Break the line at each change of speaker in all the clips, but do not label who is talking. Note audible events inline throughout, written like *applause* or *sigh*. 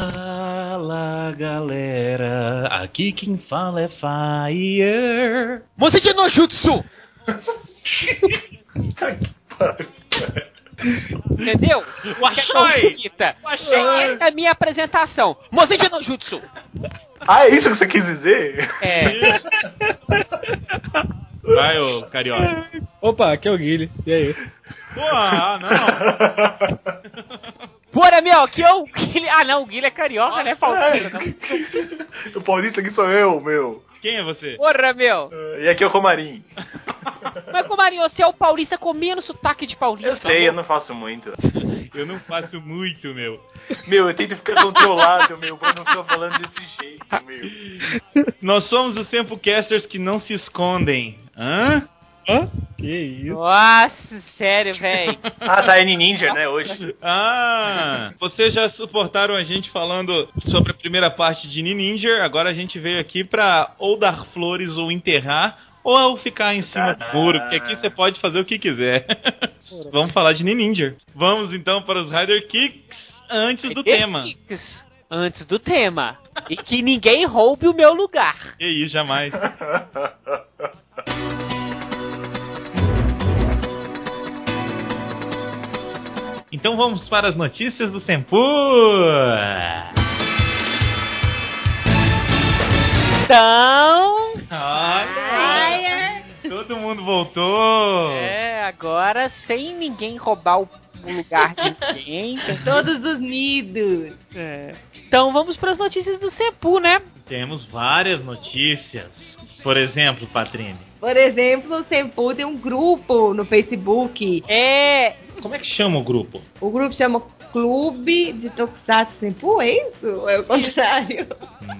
Fala galera, aqui quem fala é Fire.
Você
é
de Nojutsu!
Puta que pariu.
Entendeu? O
Achai!
Akita. É essa a minha apresentação. Você de Nojutsu!
Ah, é isso que você quis dizer?
É.
Vai, ô carioca.
Opa, aqui é o Guilherme. E aí?
Pô, ah, não.
Bora, meu, aqui é *laughs* o Guilherme. Ah, não, o Guilherme é carioca, né? Paulista, não.
*laughs* o paulista aqui sou eu, meu.
Quem é você?
Porra, meu.
Ah, E aqui é o Comarim.
Mas, Comarinho, você é o paulista com menos sotaque de paulista.
Eu sei, eu
amor.
não faço muito.
Eu não faço muito, meu.
Meu, eu tento ficar controlado, meu, pra não ficar falando desse jeito, meu.
Nós somos os Tempocasters que não se escondem. Hã?
Hã? Que isso?
Nossa, sério,
Tipo,
velho.
Ah, tá N Ninja, né, hoje.
Ah, vocês já suportaram a gente falando sobre a primeira parte de Ninja, agora a gente veio aqui pra ou dar flores ou enterrar, ou ficar em cima do muro, porque aqui você pode fazer o que quiser. *laughs* Vamos falar de Ninja. Vamos então para os Rider Kicks antes do tema.
Antes do tema. E que ninguém roube o meu lugar.
Que isso, jamais. Então vamos para as notícias do Senpu.
Então.
Olha, todo mundo voltou.
É, agora sem ninguém roubar o o lugar de ninguém. entendeu?
Todos os nidos.
É. Então vamos para as notícias do Sempu, né?
Temos várias notícias. Por exemplo, Patrine.
Por exemplo, o Senpu tem um grupo no Facebook.
É,
Como é que chama o grupo?
O grupo chama Clube de Tokusatsu Senpu, é isso? É o contrário.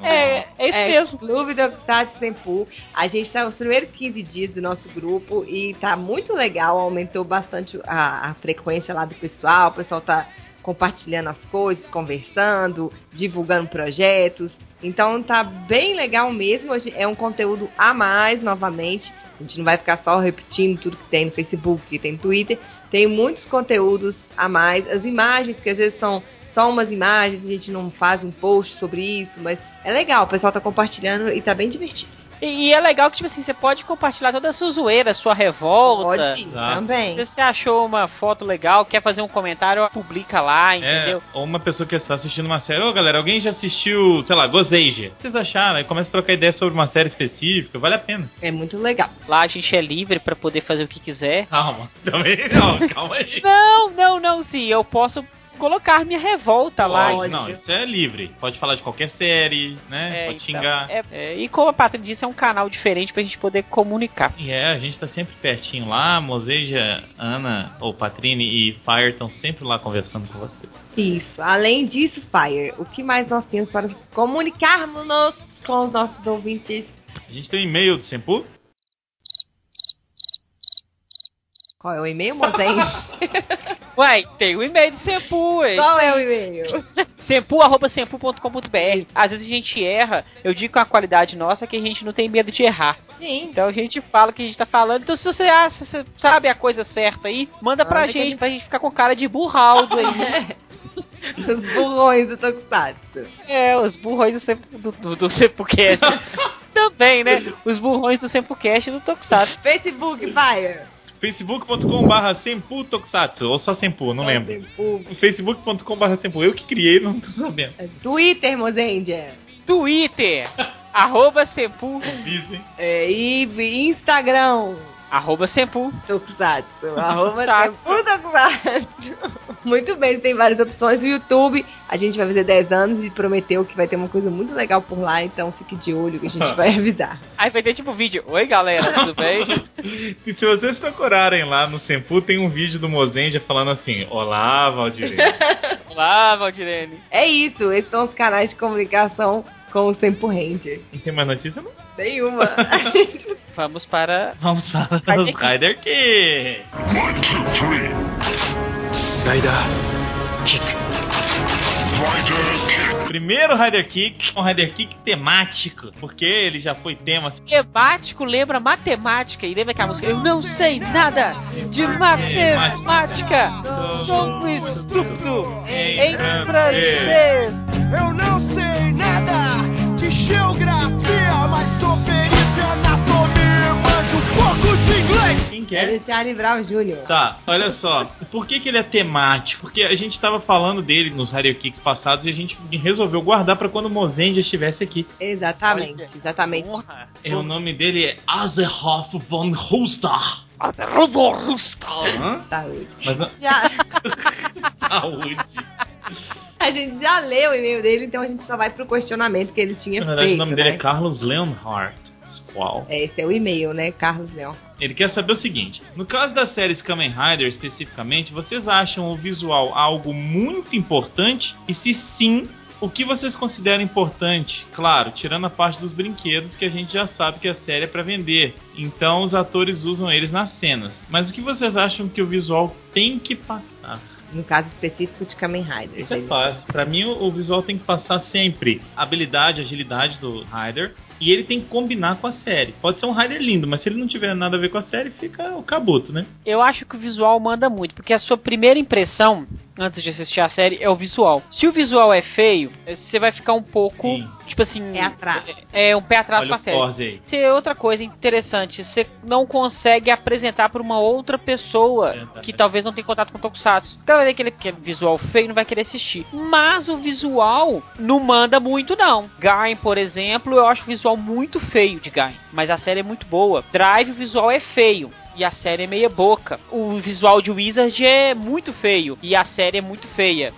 é, é isso
É,
mesmo.
Clube de Tokusatsu Senpu. A gente tá nos primeiros 15 dias do nosso grupo e tá muito legal. Aumentou bastante a, a frequência lá do pessoal. O pessoal tá compartilhando as coisas, conversando, divulgando projetos. Então tá bem legal mesmo. Hoje É um conteúdo a mais novamente. A gente não vai ficar só repetindo tudo que tem no Facebook, que tem no Twitter. Tem muitos conteúdos a mais. As imagens, que às vezes são só umas imagens, a gente não faz um post sobre isso, mas é legal, o pessoal tá compartilhando e tá bem divertido.
E, e é legal que, tipo assim, você pode compartilhar toda a sua zoeira, sua revolta.
Pode ir,
Nossa.
Se
também.
você achou uma foto legal, quer fazer um comentário, publica lá,
É,
entendeu?
ou uma pessoa que está assistindo uma série. Ô, galera, alguém já assistiu, sei lá, Gozeige? O que vocês acharam? Aí começa a trocar ideia sobre uma série específica. Vale a pena.
É muito legal.
Lá a gente é livre pra poder fazer o que quiser.
Calma. Também não, calma aí.
Não, não, não, sim, eu posso colocar minha revolta Tá lá.
Pode, não, isso é livre. Pode falar de qualquer série, né?
É,
Pode
então,
xingar.
é, é, e como a Patrícia disse, é um canal diferente pra gente poder comunicar.
E é, a gente tá sempre pertinho lá. Moseja, Ana, ou Patrine e Fire estão sempre lá conversando com você.
Isso. Além disso, Fire, o que mais nós temos para comunicarmos com os nossos ouvintes?
A gente tem um e-mail do Sempu.
Qual é o e-mail, Montanha?
Uai, tem o e-mail do Sempu, hein?
Qual é o e-mail?
Sempu, arroba sempu.com.br. Às vezes a gente erra, eu digo com a qualidade nossa que a gente não tem medo de errar.
Sim.
Então a gente fala o que a gente tá falando. Então se você, ah, se você sabe a coisa certa aí, manda pra
Manda que
gente,
a gente-
pra gente ficar com cara de burraldo aí.
Os burrões do Tokusatsu.
*laughs* É, os burrões do, Sempu- do, do, do Sempucast. *laughs* Também, né? Os burrões do Sempucast e do Tokusatsu.
Facebook, Fire.
facebook.com.br Sempu Tokusatsu. Ou só Sempu, não lembro.
Facebook.
facebook.com.br Sempu. Eu que criei, não tô sabendo.
Twitter, Mozendia.
*laughs* Twitter, arroba Sempu,
Dizem.
É, e Instagram.
arroba Sempu.
Tokusatsu.
Tá
Arroba tá
Tokusatsu.
Tempo Tokusatsu. Muito bem, tem várias opções. O YouTube, a gente vai fazer 10 anos e prometeu que vai ter uma coisa muito legal por lá, então fique de olho que a
*laughs*
gente vai avisar.
Aí vai ter tipo vídeo. Oi galera, tudo *laughs* bem?
E se vocês procurarem lá no Sempu, tem um vídeo do Mozenja falando assim: Olá, Valdir.
Olá, Valdirene.
É isso, esses são os canais de comunicação com o Tempo Ranger.
Não tem mais notícia? Não.
Nenhuma.
*laughs*
*laughs*
Vamos para
Vamos falar
Vai
dos
ter que-
Rider Kick. Primeiro Rider Kick, um Rider Kick temático, porque ele já foi tema assim,
Temático lembra matemática e lembra que a música Eu não sei nada de matemática, sou um estúpido em francês.
Eu não sei nada de geografia, mas sou perito em anatomia, manjo um pouco de inglês.
Quem que
É
é?
do Charlie Brown Jr.
Tá, olha só. Por que, que ele é temático? Porque a gente tava falando dele nos Radio Kicks passados e a gente resolveu guardar pra quando o Mozen já estivesse aqui.
Exatamente, exatamente.
Porra.
É, o nome dele é Azerhoff von Holstar. Hã? Ah,
Saúde.
Mas *laughs* não-
Tá Já, *laughs*
saúde.
a gente já leu o e-mail dele, então a gente só vai pro questionamento que ele tinha
Na verdade, o
feito.
nome dele
né?
é Carlos Leonhardt. Qual?
É, esse é o e-mail, né? Carlos Leão.
Ele quer saber o seguinte: no caso da série Kamen Rider especificamente, vocês acham o visual algo muito importante? E se sim, o que vocês consideram importante? Claro, tirando a parte dos brinquedos que a gente já sabe que a série é pra vender, então os atores usam eles nas cenas. Mas o que vocês acham que o visual tem que passar?
No caso específico de Kamen Rider.
Isso é
Ele-
fácil. Pra mim, o o visual tem que passar sempre habilidade, agilidade do Rider. E ele tem que combinar com a série. Pode ser um Rider lindo, mas se ele não tiver nada a ver com a série, fica o cabuto, né?
Eu acho que o visual manda muito, porque a sua primeira impressão antes de assistir a série é o visual. Se o visual é feio, você vai ficar um pouco,
Sim.
tipo assim,
É atrás.
é, é um pé atrás
Olha
com a
o
série.
Forza aí.
Isso é outra coisa interessante, você não consegue apresentar pra uma outra pessoa
Verdade.
que talvez não tenha contato com o Tokusatsu. Então vai ver aquele, aquele visual feio e não vai querer assistir. Mas o visual não manda muito, não. Gain, por exemplo, eu acho o visual muito feio de Gain, mas a série é muito boa. Drive, o visual é feio. E a série é meia boca. O visual de Wizard é muito feio. E a série é muito feia.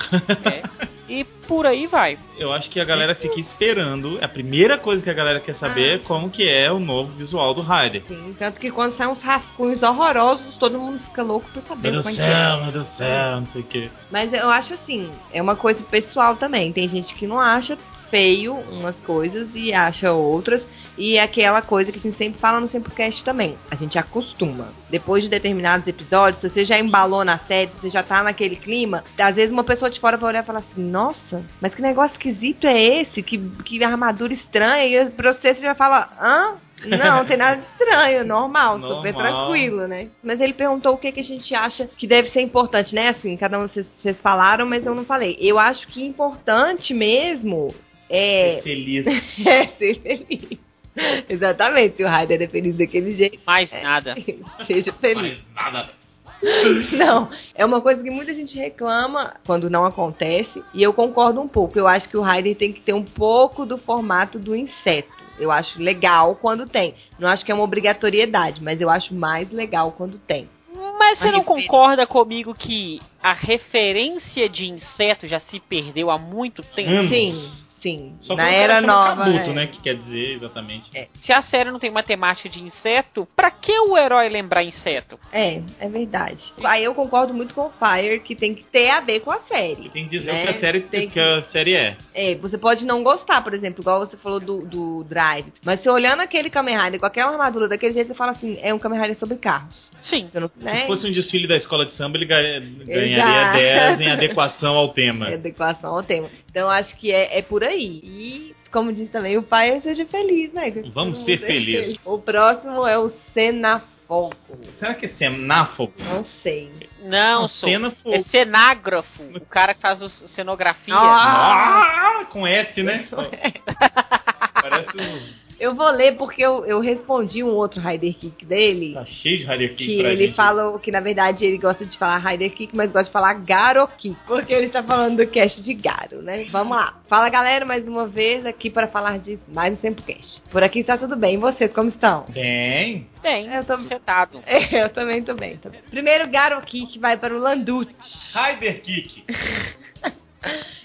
né? E por aí vai.
Eu acho que a galera fica esperando. é A primeira coisa que a galera quer saber é
Ah.
como que é o novo visual do Rider.
Sim, tanto que quando saem uns rascunhos horrorosos, todo mundo fica louco pra saber
Meu
como é
Deus do
que é.
céu, meu Deus do céu, não sei o que.
Mas eu acho assim, é uma coisa pessoal também. Tem gente que não acha feio umas coisas e acha outras. E é aquela coisa que a gente sempre fala no Semplecast também. A gente acostuma. Depois de determinados episódios, se você já embalou na série, se você já tá naquele clima, às vezes uma pessoa de fora vai olhar e falar assim, nossa, mas que negócio esquisito é esse? Que, que armadura estranha. E pra você, você já fala, hã? Não, não tem nada de estranho, é normal, super
Normal.
tranquilo, né? Mas ele perguntou o que, que a gente acha que deve ser importante, né? Assim, cada um vocês vocês falaram, mas eu não falei. Eu acho que é importante mesmo é.
Feliz.
é ser feliz. Exatamente, se o Raider é feliz daquele jeito,
Mais
É.
nada.
seja feliz.
Mas nada.
Não, é uma coisa que muita gente reclama quando não acontece, e eu concordo um pouco. Eu acho que o Raider tem que ter um pouco do formato do inseto. Eu acho legal quando tem. Não acho que é uma obrigatoriedade, mas eu acho mais legal quando tem.
Mas você
Uma
não
referência.
concorda comigo que a referência de inseto já se perdeu há muito tempo?
Hum.
Sim, sim.
Só
Na
quando o
era
cara chama
nova.
Kabuto,
é.
né? Que quer dizer exatamente.
Se a série não tem uma temática de inseto, pra que o herói lembrar inseto?
É, é verdade. Aí eu concordo muito com o Fire que tem que ter a ver com a série.
Tem que dizer
Né?
o que a série,
Tem que-
que a série é.
É, você pode não gostar, por exemplo, igual você falou do, do Drive. Mas se olhando aquele Kamen Rider com aquela armadura daquele jeito, você fala assim, é um Kamen Rider sobre carros.
Sim.
Você não, né?
Se fosse um desfile da escola de samba, ele ga-
Exato.
ganharia 10 em adequação ao tema.
É adequação ao tema. Então acho que é, é por aí. E, como diz também, o pai é seja feliz, né? Que
Vamos
todo
ser
mundo é
felizes.
O próximo é o Cenafoco.
Será que é cenáfobo?
Não sei.
Não,
Não,
sou.
cenafo-
É cenágrafo. O cara que faz os- cenografia.
Ah, com S,
*laughs*
né? Parece um...
Eu vou ler porque eu, eu respondi um outro Rider Kick dele.
Tá cheio de radio
Que ele falou que na verdade ele gosta de falar Rider Kick, mas gosta de falar Garo Kick, porque ele tá falando do cast de Garo, né? Vamos lá. Fala galera, mais uma vez aqui para falar de mais um tempo cast. Por aqui está tudo bem, e vocês como estão?
Bem,
Bem,
Eu tô-
sentado.
É, *laughs* Eu também tô bem. Tô bem. Primeiro Garo Kick vai para o Landucci.
Rider Kick.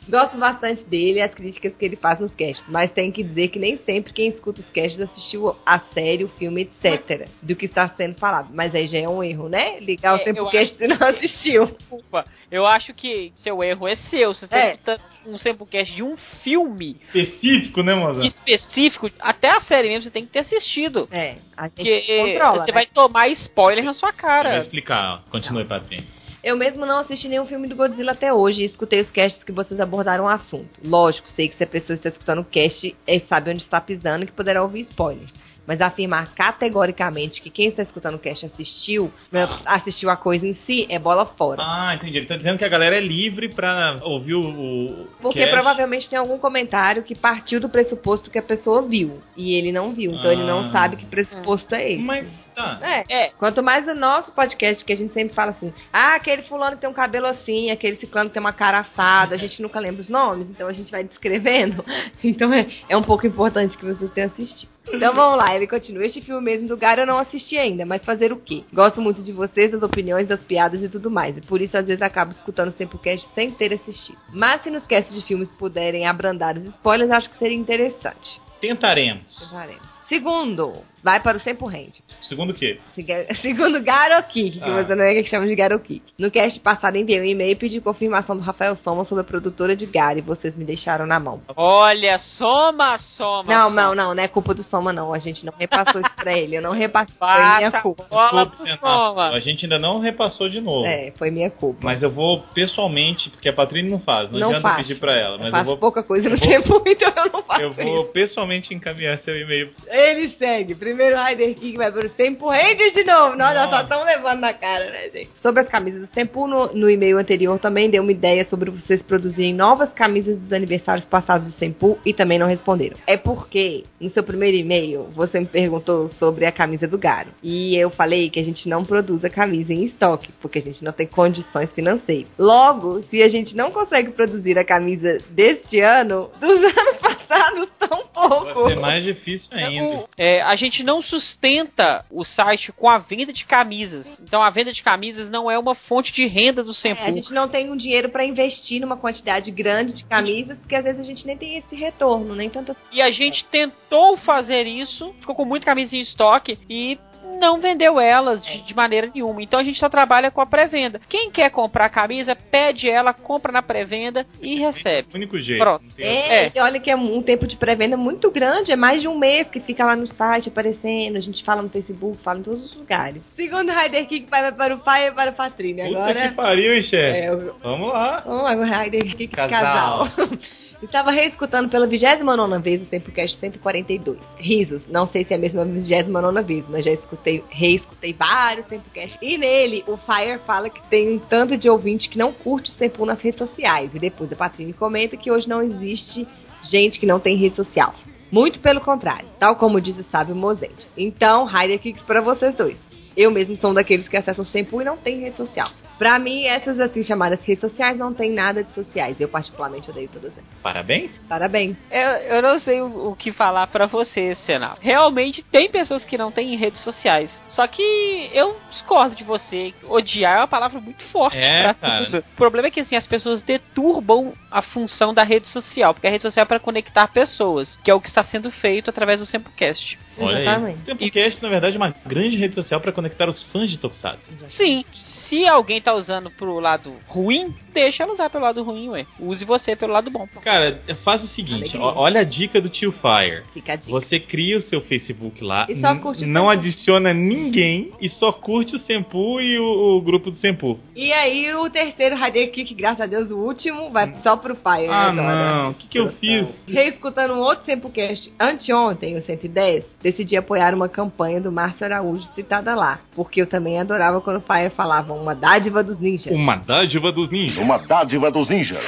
Gosto bastante dele e as críticas que ele faz nos casts, mas tem que dizer que nem sempre quem escuta os casts assistiu a série, o filme, etc. Do que está sendo falado. Mas aí já é um erro, né? Ligar o
É,
tempo
eu
cast e não assistiu.
Desculpa. Eu acho que seu erro é seu. Você está
É.
escutando um samplecast de um filme
Específico, né, moça?
específico. Até a série mesmo você tem que ter assistido.
É, a gente
Porque
controla.
você
né?
vai tomar spoiler na sua
Vou
cara.
explicar, ó. continue, Patrícia.
Eu mesmo não assisti nenhum filme do Godzilla até hoje e escutei os casts que vocês abordaram o assunto. Lógico, sei que se a pessoa está escutando o cast, é, sabe onde está pisando e que poderá ouvir spoilers. mas afirmar categoricamente que quem está escutando o cast assistiu, né, assistiu a coisa em si, é bola fora.
Ah, entendi. Ele tá dizendo que a galera é livre pra ouvir o. o
Porque
cast.
provavelmente tem algum comentário que partiu do pressuposto que a pessoa viu. E ele não viu. Então ele
Ah.
não sabe que pressuposto é esse.
Mas tá.
É.
É.
Quanto mais o nosso podcast, que a gente sempre fala assim, ah, aquele fulano tem um cabelo assim, aquele ciclano tem uma cara assada, a gente nunca lembra os nomes, então a gente vai descrevendo. *laughs* Então é, é um pouco importante que vocês tenham assistido. Então vamos lá, ele continua. Este filme mesmo do Gara eu não assisti ainda, mas fazer o quê? Gosto muito de vocês, das opiniões, das piadas e tudo mais. E por isso às vezes acabo escutando o Tempocast sem ter assistido. Mas se nos cast de filmes puderem abrandar os spoilers, acho que seria interessante.
Tentaremos.
Tentaremos. Segundo, vai para o Sempo Rende.
Segundo o quê?
*laughs* Segundo Garokik, que
Ah.
você não é que chama de Garokik. No cast passado enviei um e-mail e pedi confirmação do Rafael Soma sobre a produtora de Gary. Vocês me deixaram na mão.
Olha, soma, soma.
não,
soma.
não, não, não é culpa do Soma, não. A gente não repassou isso pra ele. Eu não repassei. Foi é minha
Passa
culpa.
a bola
Desculpa,
pro
Sentar.
soma.
A gente ainda não repassou de novo.
É, foi minha culpa.
Mas eu vou pessoalmente, porque a Patrícia não faz, não,
Não É
adianta
faço.
pedir pra ela,
eu
mas
faço
eu vou,
pouca coisa
eu
no
vou-
tempo, então eu não faço
eu
isso.
vou
*laughs*
pessoalmente encaminhar seu e-mail.
Ele segue. Primeiro Rider King vai pro Tempo Rangers de novo. Nós nós só estamos levando na cara, né, gente? Sobre as camisas do Tempo, no, no e-mail anterior também deu uma ideia sobre vocês produzirem novas camisas dos aniversários passados do Tempo e também não responderam. É porque, no seu primeiro e-mail, você me perguntou sobre a camisa do Garo. E eu falei que a gente não produz a camisa em estoque, porque a gente não tem condições financeiras. Logo, se a gente não consegue produzir a camisa deste ano, dos anos *laughs* passados, tão
Vai
pouco.
ser É mais difícil ainda.
É, a gente não sustenta o site com a venda de camisas. Então a venda de camisas não é uma fonte de renda do Senpu.
É, a gente não tem um dinheiro pra investir numa quantidade grande de camisas, porque às vezes a gente nem tem esse retorno, nem assim. tanta.
E a gente tentou fazer isso, ficou com muita camisa em estoque e não vendeu elas de, de maneira nenhuma. Então a gente só trabalha com a pré-venda. Quem quer comprar a camisa, pede ela, compra na pré-venda e recebe.
O único jeito.
Pronto.
não tem outro.
É,
É.
e olha que é um tempo de pré-venda muito grande, é mais de um mês que fica lá no site aparecendo, a gente fala no Facebook, fala em todos os lugares. Segundo Rider Kick vai para o pai e para a Patrícia.
Puta
Agora
que pariu, hein, chefe?
é o
Vamos lá.
Vamos lá, o Rider Kick de
Casal.
casal. *laughs* Estava reescutando pela 29 vez o Tempocast 142. Risos, não sei se é a mesma 29 vez, mas já escutei, reescutei vários Tempocasts. E nele, o Fire fala que tem um tanto de ouvinte que não curte o Tempo nas redes sociais. E depois a Patrícia comenta que hoje não existe gente que não tem rede social. Muito pelo contrário, tal como diz o sábio Mozente. Então, Rider Kicks pra vocês dois. Eu mesmo sou um daqueles que acessam sempre e não tem rede social. Pra mim, essas assim chamadas redes sociais não tem nada de sociais. Eu particularmente odeio todas elas.
Parabéns.
Parabéns.
Eu, É, eu não sei o, o que falar pra você, Senal. Realmente tem pessoas que não têm redes sociais. Só que eu discordo de você. Odiar é uma palavra muito forte
É,
pra
cara.
tudo. O problema é que assim, as pessoas deturbam a função da rede social. Porque a rede social é pra conectar pessoas, que é o que está sendo feito através do Sempocast.
Olha
Exatamente.
aí. O Tempocast, na verdade, é uma grande rede social pra conectar os fãs de Tokusatsu.
Sim, se alguém tá usando pro lado ruim, deixa ela usar pelo lado ruim, ué. Use você pelo lado bom.
Cara, faz o seguinte,
Alegria.
ó- olha a dica do tio Fire.
Fica a dica.
Você cria o seu Facebook lá,
E só
n-
curte o
não
Senpu.
adiciona ninguém e só curte o Senpu e o, o grupo do Senpu.
E aí, o terceiro Rider Kick, graças a Deus, o último, vai só pro Fire.
Ah,
né, agora?
não, o que, que eu fiz?
Reescutando um outro Tempocast anteontem, o 110, decidi apoiar uma campanha do Márcio Araújo citada lá, porque eu também adorava quando o Fire falava uma dádiva dos ninjas.
Uma dádiva dos ninjas.
Uma dádiva dos ninjas.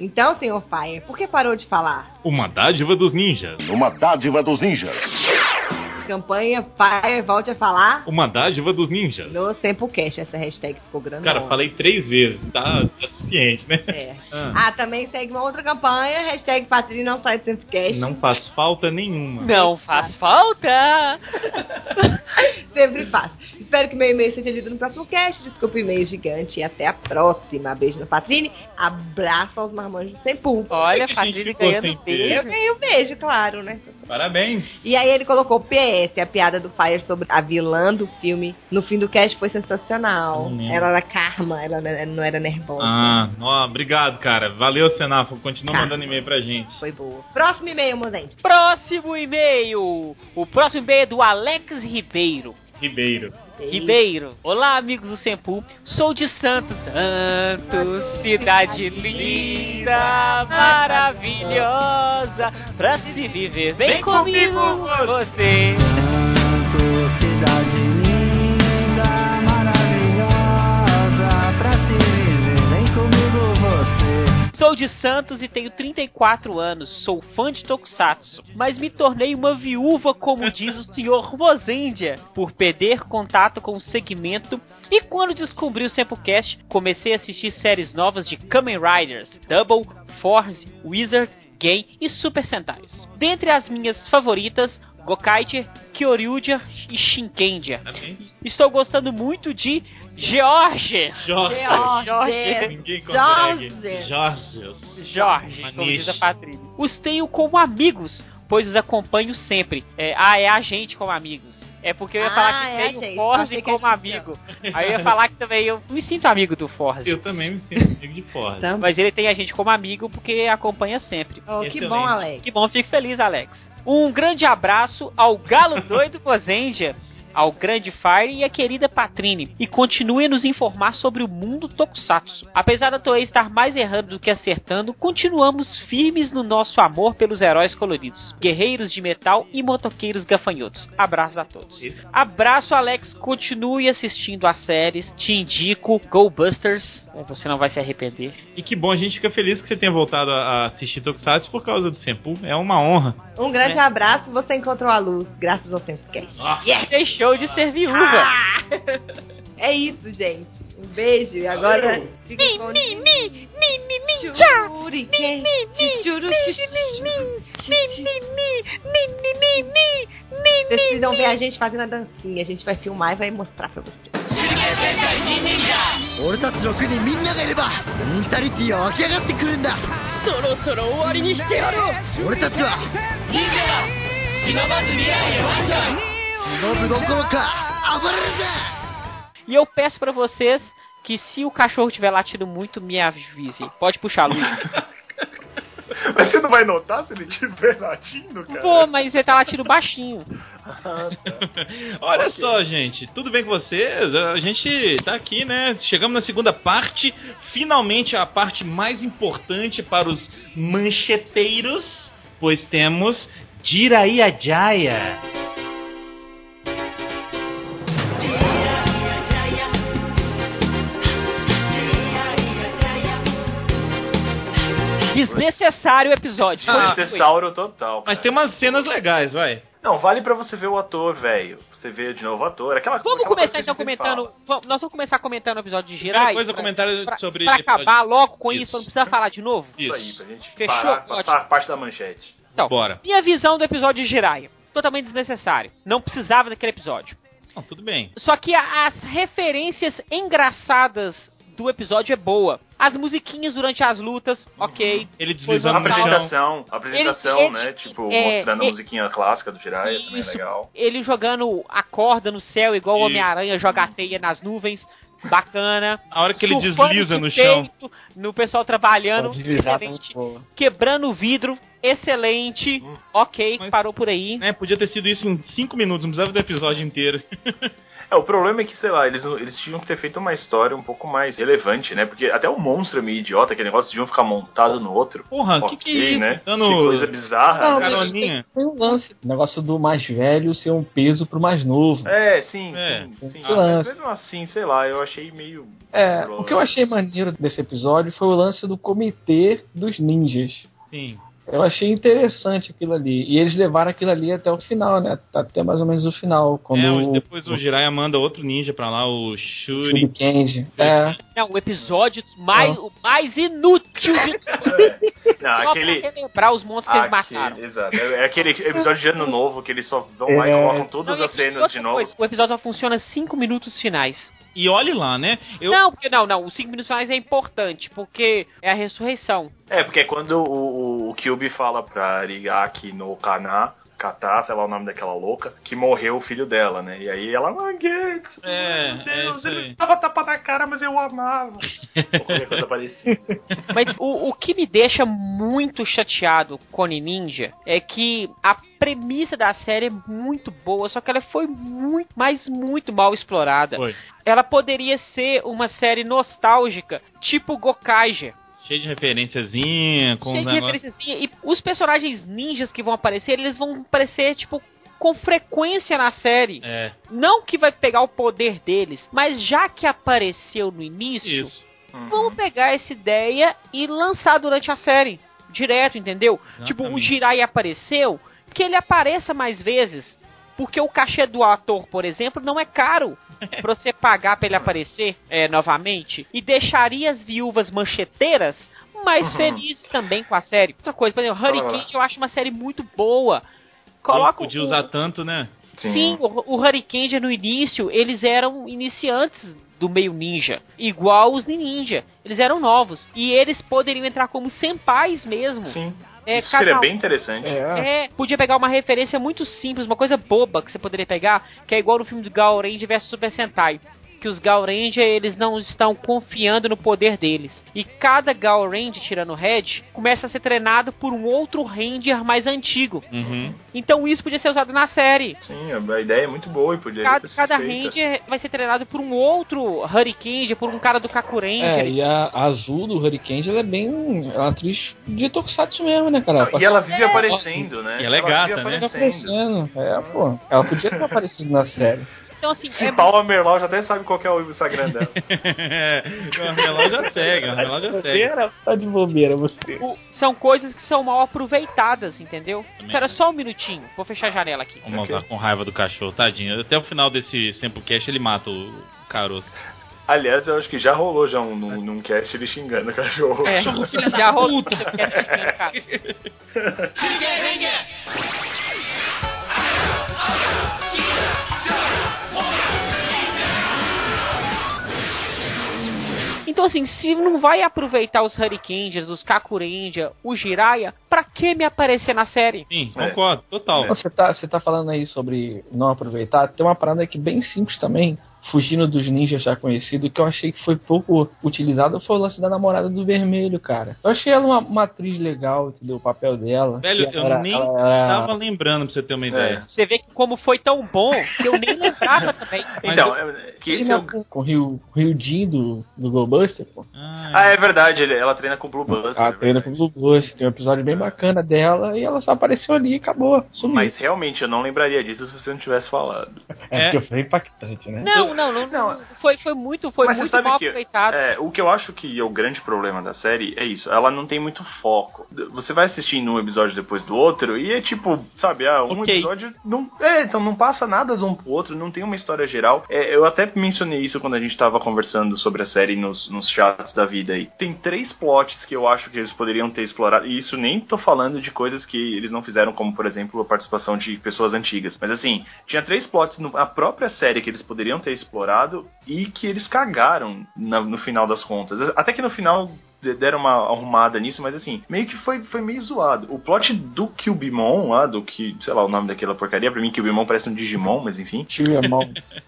Então, senhor Fire, por que parou de falar?
Uma dádiva dos ninjas.
Uma dádiva dos ninjas.
Campanha Fire, volte a falar
Uma dádiva dos ninjas.
no Sempocast. Essa hashtag ficou grande.
Cara, falei três vezes, tá, tá suficiente, né?
É.
Ah,
Ah, também segue uma outra campanha, hashtag Patrícia não sai do Sempocast.
não faz falta nenhuma.
Não faz falta!
Sempre faço. Espero que meu e-mail seja lido no próximo cast. Desculpa o e-mail gigante e até a próxima. Beijo na Patrine. Abraço aos marmanjos do Sempul.
Olha,
é que a gente
Fadilha
ficou
ganhando
sem
Eu
beijo.
ganhei um beijo, claro, né?
Parabéns.
E aí ele colocou PS, a piada do Fire sobre a vilã do filme. No fim do cast foi sensacional.
Não lembro.
Ela era karma, ela não era- não era nervosa.
Ah, ó, obrigado, cara. Valeu, Senafo. Continua
Tá.
mandando e-mail pra gente.
Foi boa. Próximo e-mail, mozente.
Próximo e-mail. O próximo e-mail é do Alex Ribeiro.
Ribeiro.
Ribeiro. Olá, amigos do Sempul. Sou de Santos. Santos, cidade linda, maravilhosa, pra se viver. Vem comigo, você.
Santo, cidade linda, maravilhosa, pra se viver, vem comigo você.
Sou de Santos e tenho 34 anos. Sou fã de Tokusatsu, mas me tornei uma viúva, como diz o senhor Mozendia, por perder contato com o segmento. E quando descobri o Sempocast, comecei a assistir séries novas de Kamen Riders, Double, Force, Wizard, Game e Super Sentais. Dentre as minhas favoritas, Gokaiger, Kyoryuger e Shinkendia.
Assim?
Estou gostando muito de George.
Jorge.
Jorge.
Ninguém consegue.
Jorge.
Jorge.
Jorge, como
Maniche.
diz a Patrícia. Os tenho como amigos, pois os acompanho sempre. É, ah, é a gente como amigos. É porque eu ia
Ah,
falar que
é a
tenho
gente.
Forge
Achei que a
como
gente
amigo. Aí eu ia falar que também eu me sinto amigo do Forge.
Eu também me sinto amigo de Forge.
Então,
Mas ele tem a gente como amigo porque acompanha sempre.
oh, que
excelente.
bom, Alex.
Que bom, fico feliz, Alex. Um grande abraço ao Galo Doido Bozenja, ao grande Fire e à querida Patrine. E continue a nos informar sobre o mundo Tokusatsu. Apesar da Toei estar mais errando do que acertando, continuamos firmes no nosso amor pelos heróis coloridos, guerreiros de metal e motoqueiros gafanhotos. Abraço a todos. Abraço, Alex. Continue assistindo as séries. Te indico Go Busters. Você não vai se arrepender.
E que bom, a gente fica feliz que você tenha voltado a a assistir Tokusatsu por causa do Senpu. É uma honra. *laughs*
Um grande abraço, você encontrou a luz, graças ao é Sempcast.
Deixou de ser viúva.
É isso, gente. Um beijo e agora fiquem com Shuriken, Shuru, Vocês precisam ver a gente fazendo a dancinha. A gente vai filmar e vai mostrar pra vocês.
俺たちの国みんながいればメンタリティは湧き上がってくるんだそろそろ終わりにしてやろう俺たちは忍ぶどころか暴れるぜ
E eu peço pra vocês que se o cachorro tiver latido muito, me avisem. Pode puxar a
*laughs*
luz.
Mas você não vai notar se ele estiver latindo, cara? Ah,
Pô, mas você tá latindo baixinho.
Olha só, gente, tudo bem com vocês? A gente tá aqui, né? Chegamos na segunda parte, finalmente a parte mais importante para os mancheteiros, pois temos Jiraiya Jaya.
Desnecessário o episódio.
Ah,
Foi.
Tessauro é total.
Mas
cara.
tem umas cenas legais, vai.
Não, vale pra você ver o ator, velho. Você vê de novo o ator. Aquela
Vamos
aquela coisa
começar
é que
então
a gente
comentando. vamos- nós vamos começar comentando o episódio de
Primeira
Jirai.
coisa,
pra,
comentário
pra-
sobre
pra
episódio.
acabar logo com isso,
Isso.
não precisa falar de novo.
fala. Isso aí,
Isso.
pra gente
Fechou?
parar, passar a parte da manchete.
Então,
Bora.
minha visão do episódio de Jirai. Totalmente desnecessário. Não precisava daquele episódio.
Não, tudo bem.
Só que a- as referências engraçadas do episódio é boa. As musiquinhas durante as lutas, ok.
Ele
A
deslizando no chão.
apresentação, a apresentação,
Ele-
né?
ele-
Tipo,
é,
mostrando
ele-
a musiquinha clássica do Jiraiya, também é
Isso.
legal.
Ele jogando a corda no céu, igual o
Isso.
Homem-Aranha joga a teia nas nuvens.
*laughs*
Bacana.
A hora que ele
Surfando
desliza
de
no chão.
peito, No pessoal trabalhando.
Deslizar tá
Excelente.
muito boa.
Quebrando o vidro. Excelente. Ok,
Uhum. Mas-
parou por aí.
Né, podia ter sido isso em 5 minutos, não precisava do episódio inteiro. *laughs*
É, o problema é que, sei lá, eles, eles tinham que ter feito uma história um pouco mais relevante, né? Porque até o monstro é meio idiota, aquele negócio de um ficar montado no outro.
Porra, que
Ok,
que é isso?
né? Que coisa
Dando
bizarra. né?
caroninha.
Foi um lance. O negócio do mais velho ser um peso pro mais novo.
É, sim,
É.
sim, sim.
Esse
mas
lance.
mesmo assim, sei lá, eu achei meio.
*laughs*
É, o que eu achei maneiro desse episódio foi o lance do comitê dos ninjas.
Sim.
Eu achei interessante aquilo ali. E eles levaram aquilo ali até o final, né? Até mais ou menos o final. Quando
É,
o,
hoje depois o Jiraiya manda outro ninja pra lá, o Shuri.
o Kenji. É,
Não, o um episódio mais,
Ah.
o mais
*laughs*
inútil de
é, Não,
só
aquele.
pra relembrar os monstros que eles mataram.
aquele exato. É é aquele episódio de ano novo que eles só vão lá e
É.
colocam
Não,
todas
e
as
aqui,
cenas
outra
de novo.
coisa, O episódio só funciona 5 minutos finais.
E olhe lá, né? Eu,
Não, porque não, não. Os 5 minutos finais é importante, porque é a ressurreição.
É, porque é quando o, o, o Kyubi fala pra Ariaki no Kana Catar, sei lá o nome daquela louca, que morreu o filho dela, né? E aí ela, ah, Gates,
É,
meu
é
Deus,
isso
ele
aí.
tava tapa na cara, mas eu
*laughs*
o amava. Ou qualquer coisa parecida.
Mas o, o que me deixa muito chateado com Ninja é que a premissa da série é muito boa, só que ela foi muito, mas muito mal explorada.
Foi.
Ela poderia ser uma série nostálgica, tipo Gokaiger.
Cheio de referenciazinha, com um
Cheio
os
de
negócios.
referências e os personagens ninjas que vão aparecer, eles vão aparecer, tipo, com frequência na série.
É,
Não que vai pegar o poder deles, mas já que apareceu no início,
isso.
Uhum.
vamos pegar essa ideia e lançar durante a série. Direto, entendeu? Tipo, o
Exatamente.
Jirai apareceu, que ele apareça mais vezes. Porque o cachê do ator, por exemplo, não é caro pra você pagar pra ele aparecer é, novamente. E deixaria as viúvas mancheteiras mais
Uhum.
felizes também com a série. Outra coisa, por exemplo,
Fala lá.
Hurricane eu acho uma série muito boa. Coloca um
Podia
o-
usar tanto, né?
Sim, o, o Hurricane no início, eles eram iniciantes do meio ninja, igual os ninja. Eles eram novos. E eles poderiam entrar como senpais mesmo.
Sim.
É,
Isso seria
cada um-
bem interessante.
É.
É, podia pegar uma referência muito simples, uma coisa boba que você poderia pegar, que é igual no filme do Gaurange vs Super Sentai. Que os Gaurange, eles não estão confiando no poder deles. E cada Gaurange, tirando o Red, começa a ser treinado por um outro Ranger mais antigo.
*laughs* Uhum.
Então isso podia ser usado na série.
Sim, a ideia é muito boa e podia
cada,
ser
cada
feita.
Ranger vai ser treinado por um outro Hurricane, por um cara do Kaku
É,
Ranger.
e a a azul do Hurricane, ela é bem. É uma atriz de Tokusatsu mesmo, né, cara?
E ela
É.
vive aparecendo, né?
E ela é gata, né?
fica aparecendo. É, pô. Ela podia ter aparecido na série.
então, assim,
Se
é
pau a Merlau já até sabe qual que é o
*laughs*
Instagram dela.
o relógio já segue, o relógio já segue.
Bobeira? Tá de bobeira você.
muito- são coisas que são mal aproveitadas, entendeu?
Também,
Espera
né?
só um minutinho, vou fechar a janela aqui.
Vamos usar com raiva do cachorro, tadinho. Até o final desse Samplecast ele mata o caroço.
Aliás, eu acho que já rolou já um, num, num cast ele xingando o cachorro.
É,
*laughs*
já rolou. você quer me xingar, cara. Então, assim, se não vai aproveitar os Hurricanes, os Kakurendia, o Jiraiya, pra que me aparecer na série?
É.
Sim, concordo, total.
Você tá, você tá falando aí sobre não aproveitar. Tem uma parada aqui bem simples também, fugindo dos ninjas já conhecidos, que eu achei que foi pouco utilizado, foi o lance da namorada do vermelho, cara. Eu achei ela uma, uma atriz legal, entendeu? O papel dela.
Velho,
que
eu
era-
nem
ela era-
tava lembrando pra você ter uma ideia.
Você vê que como foi tão bom que eu nem lembrava
*laughs*
também.
Então, é- que esse é o...
Com o Rio, Rio Jean do, do Globuster, pô.
Ah,
Ah,
é verdade, ele- ela treina com o Blue Buster.
A treina
verdade.
com o Globuster. Tem um episódio bem bacana dela e ela só apareceu ali e acabou. Sumiu.
Mas realmente eu não lembraria disso se você não tivesse falado.
é,
é.
que foi impactante, né?
Não, não, não, não. Foi, foi muito, foi
Mas você
muito
sabe
mal
que-
aproveitado.
É, o que eu acho que é o grande problema da série é isso, ela não tem muito foco. Você vai assistindo um episódio depois do outro e é tipo, sabe, ah, um
Ok.
episódio não. É, então não passa nada de um pro outro, não tem uma história geral. É, eu até mencionei isso quando a gente tava conversando sobre a série nos, nos chats da vida aí. Tem três plots que eu acho que eles poderiam ter explorado, e isso nem tô falando de coisas que eles não fizeram, como por exemplo a participação de pessoas antigas. Mas assim, tinha três plots no- na própria série que eles poderiam ter explorado e que eles cagaram na- no final das contas. Até que no final de- deram uma arrumada nisso, mas assim, meio que foi, foi meio zoado. O plot do Cubimon, lá, do que, sei lá, o nome daquela porcaria, pra mim Cubimon parece um Digimon, mas enfim.
Tio é mal.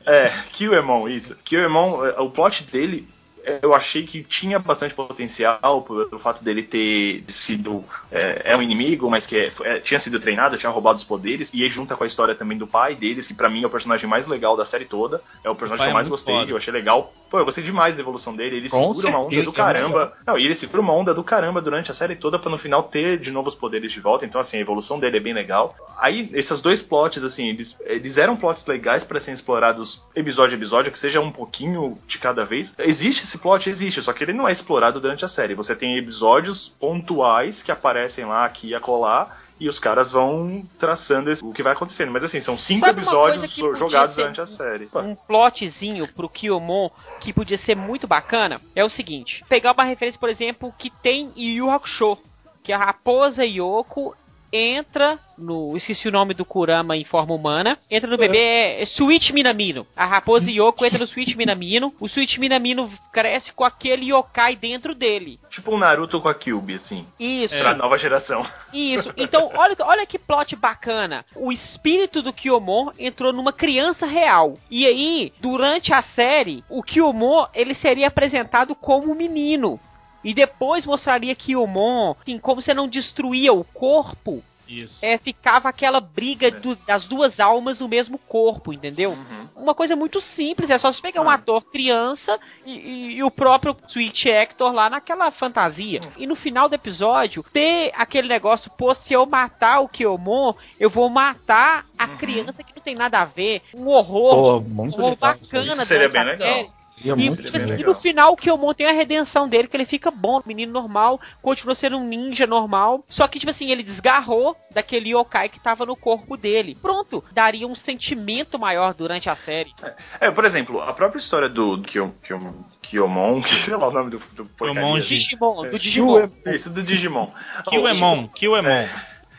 É, Killemon, isso. Killemon, eh, o plot dele, eh, eu achei que tinha bastante potencial por- pelo fato dele ter sido. eh, É, um inimigo, mas que é- é- tinha sido treinado, tinha roubado os poderes. E aí, junta com a história também do pai deles, que pra mim é o personagem mais legal da série toda. É o
pai
personagem que eu
é
mais
muito
gostei,
foda.
eu achei legal. Pô, eu gostei demais da evolução dele. Ele
Com
segura uma onda
certeza,
do
né,
é legal.
caramba. Não, e ele segura uma onda do caramba durante a série toda pra no final ter de novo os poderes de volta. Então, assim, a evolução dele é bem legal. Aí, esses dois plots, assim, eles, eles eram plots legais pra serem explorados episódio a episódio, que seja um pouquinho de cada vez. Existe esse plot, existe, só que ele não é explorado durante a série. Você tem episódios pontuais que aparecem lá, aqui e acolá. E os caras vão traçando esse- o que vai acontecendo. Mas assim, são cinco
Sabe uma
episódios
coisa que podia
jogados
ser
durante a série.
um plotzinho pro Kiyomon que podia ser muito bacana é o seguinte: pegar uma referência, por exemplo, que tem em Yu Yu Hakusho, que a raposa Yoko entra no. Esqueci o nome do Kurama em forma humana. Entra no bebê, é, é Switch Minamino. A raposa Yoko entra no Switch Minamino. O Switch Minamino cresce com aquele yokai dentro dele.
Tipo um Naruto com a Cube, assim.
Isso.
Pra nova geração.
Isso. Então, olha, olha que plot bacana. O espírito do Kiyomon entrou numa criança real. E aí, durante a série, o Kiyomon, ele seria apresentado como um menino. E depois mostraria Kiyomon, assim, como você não destruía o corpo,
Isso.
é, ficava aquela briga do- das duas almas no mesmo corpo, entendeu?
Uhum.
Uma coisa muito simples, é só você pegar um
Ah.
ator criança e, e- e o próprio Sweet Hector lá naquela fantasia. E no final do episódio, ter aquele negócio, pô, se eu matar o Kiyomon, eu vou matar a criança que não tem nada a ver. Um horror,
Pô,
um
muito
horror
legal.
bacana.
Isso seria
durante
bem
a
legal.
série.
Seria
E,
é muito
tipo assim,
legal.
e no final que o Mon tem a redenção dele, que ele fica bom, menino normal, continua sendo um ninja normal. Só que, tipo assim, ele desgarrou daquele yokai que tava no corpo dele. Pronto, daria um sentimento maior durante a série.
É, por exemplo, a própria história do do Kyo- Kyo- Kyomon, *laughs* que sei lá o nome do, do porcaria.
Kyomon,
Do Digimon, do
Kill
Digimon.
é-
Isso, do
*laughs*
Digimon.
Kiwemon, Kiwemon.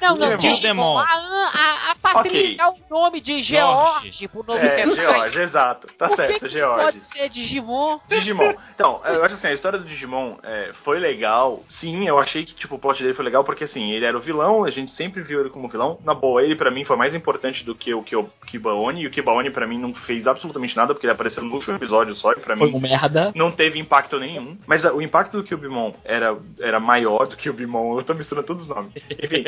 Não, não,
Digimon.
Digimon. A, a, a facilitar o nome de
George.
George pro
É,
novo
é
yokai.
George, exato. Tá
Por que
certo,
que
George.
pode *laughs* ser Digimon?
Digimon. Então, eu acho assim, a história do Digimon é, foi legal. Sim, eu achei que tipo, o plot dele foi legal, porque assim, ele era o vilão, a gente sempre viu ele como vilão. Na boa, ele pra mim foi mais importante do que o que o Kibaoni, e o Kibaoni pra mim não fez absolutamente nada, porque ele apareceu no último episódio só, e pra
Foi
mim
um merda.
não teve impacto nenhum. Mas ah, o impacto do Cubimon era, era maior do que o Bimon. Eu tô misturando todos os nomes. Enfim,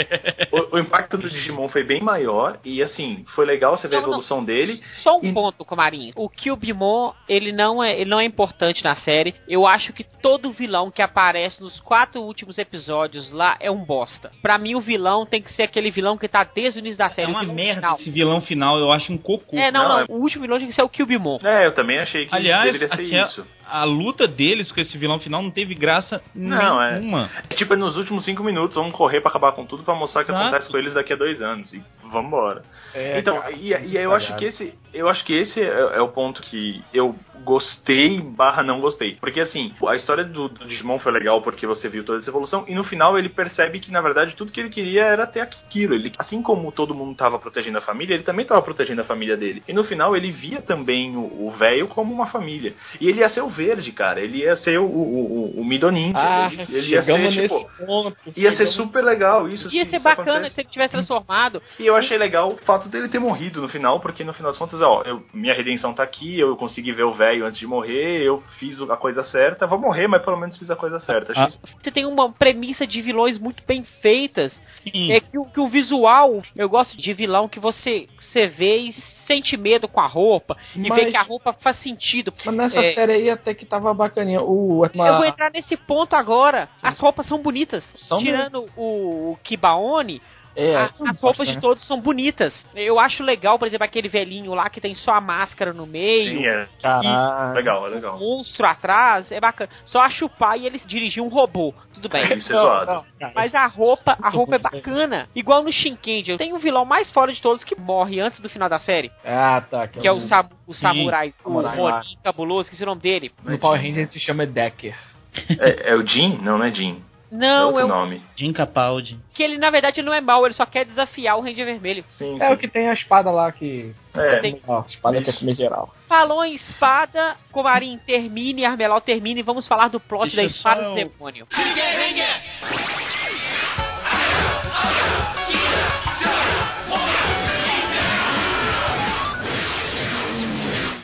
o, o impacto do Digimon foi bem maior. E assim, foi legal você ver a
Não, não.
evolução dele.
Só um
E-
ponto, Comarinho. O Kyubimon, ele não é, ele não é importante na série. Eu acho que todo vilão que aparece nos quatro últimos episódios lá é um bosta. Pra mim, o vilão tem que ser aquele vilão que tá desde o início da série.
É
o
uma
vilão
merda
final.
esse vilão final, eu acho um cocô.
É, não,
Não,
não.
é-
O último vilão tem que ser o Kyubimon.
É, eu também achei que
Aliás,
deveria ser
aquela-
isso.
A luta deles com esse vilão final não teve graça
Não, é.
nenhuma.
É Tipo, nos últimos cinco minutos, vamos correr pra acabar com tudo pra mostrar o que
Exato.
acontece com eles daqui a dois anos. E vambora.
É,
então, e, e eu acho que esse. Eu acho que esse é, é o ponto que eu gostei barra não gostei. Porque assim, a história do, do Digimon foi legal porque você viu toda essa evolução, e no final ele percebe que, na verdade, tudo que ele queria era ter aquilo. Ele, assim como todo mundo tava protegendo a família, ele também tava protegendo a família dele. E no final ele via também o o velho como uma família. E ele ia ser o verde, cara. Ele ia ser o, o, o, o Midonin.
Ah,
ele, ele ia ser,
chegamos
tipo,
nesse ponto.
Ia ser
chegamos-
super legal isso.
Ia
se
ser
isso
bacana
acontece.
se ele tivesse transformado.
E eu achei legal o fato dele ter morrido no final, porque no final das contas, ó, eu- minha redenção tá aqui, eu consegui ver o velho antes de morrer, eu fiz a coisa certa, vou morrer, mas pelo menos fiz a coisa certa. Achei
Ah.
isso-
Você tem uma premissa de vilões muito bem feitas.
Sim.
É que o, que o visual, eu gosto de vilão que você, você vê e sente medo com a roupa. E vê
Mas-
que a roupa faz sentido.
Mas nessa
É.
série aí até que tava bacaninha. O, uma-
Eu vou entrar nesse ponto agora. As roupas são bonitas.
São
Tirando o, o Kibaone,
é,
a- as roupas de todos são bonitas. Eu acho legal, por exemplo, aquele velhinho lá que tem só a máscara no meio.
Sim, é.
Caralho.
Legal, é
o
legal.
monstro atrás, é bacana. Só acho o pai e ele dirigiu um robô. Tudo bem.
É, isso é zoado.
Mas a roupa, a roupa é bacana. Igual no Shinkenji. Tem o vilão mais fora de todos que morre antes do final da série.
Ah, tá.
Que é o, sa o
Uhum. Sim,
samurai, o
samurai.
Ronin cabuloso, esqueci o nome dele.
No Power Rangers se chama Decker.
É, é o Jin? Não, não é Jin. é
Não,
outro
é o
nome.
Jim Capaldi.
que ele na verdade não é mau, ele só quer desafiar o Ranger Vermelho.
Sim,
É o
sim.
que tem a espada lá que.
É,
tem-
Ó, a espada que é comer geral.
Falou em espada, Comarim termine, Armelau termine, vamos falar do plot
Deixa
da
eu
espada
só
do
eu-
demônio.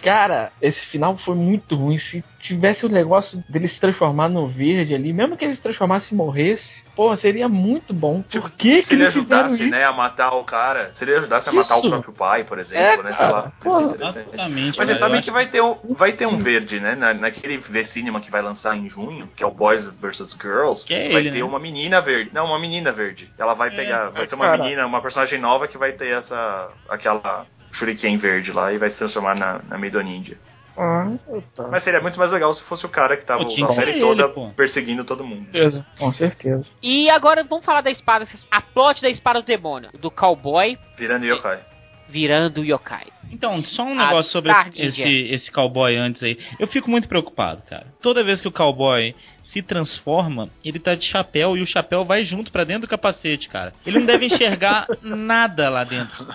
Cara, esse final foi muito ruim. Se tivesse o negócio dele se transformar no verde ali, mesmo que ele se transformasse e morresse, porra, seria muito bom. Por que,
Se
que
ele
eles fizeram
ajudasse,
isso?
né, a matar o cara, se ele ajudasse a matar
Isso.
o próprio pai, por
É,
exemplo, né, sei
cara.
lá.
Pô,
Isso é interessante.
Exatamente.
Mas
cara,
você sabe
eu
que
acho-
vai ter um, vai ter um verde, né? Na, naquele V-Cinema que vai lançar em junho, que é o Boys vs Girls,
Que é
vai
ele,
ter
né? É. Ah,
uma menina verde. Não, uma menina verde. Ela vai pegar. Vai ser uma
cara.
menina, uma personagem nova que vai ter essa. aquela Shuriken verde lá e vai se transformar na, na Maidon Ninja.
Ah, tá.
Mas seria muito mais legal se fosse o cara que tava
Pô, tinha
na
que
série
ser
toda
é ele, pô.
perseguindo todo mundo.
Com certeza.
E agora vamos falar da espada, a plot da espada do demônio, do cowboy.
Virando yokai.
virando yokai.
Então, só um
Ah,
negócio sobre
tarde,
esse,
gente.
esse cowboy antes aí. Eu fico muito preocupado, cara. Toda vez que o cowboy se transforma, ele tá de chapéu e o chapéu vai junto pra dentro do capacete, cara. Ele não deve
*laughs*
enxergar nada lá dentro.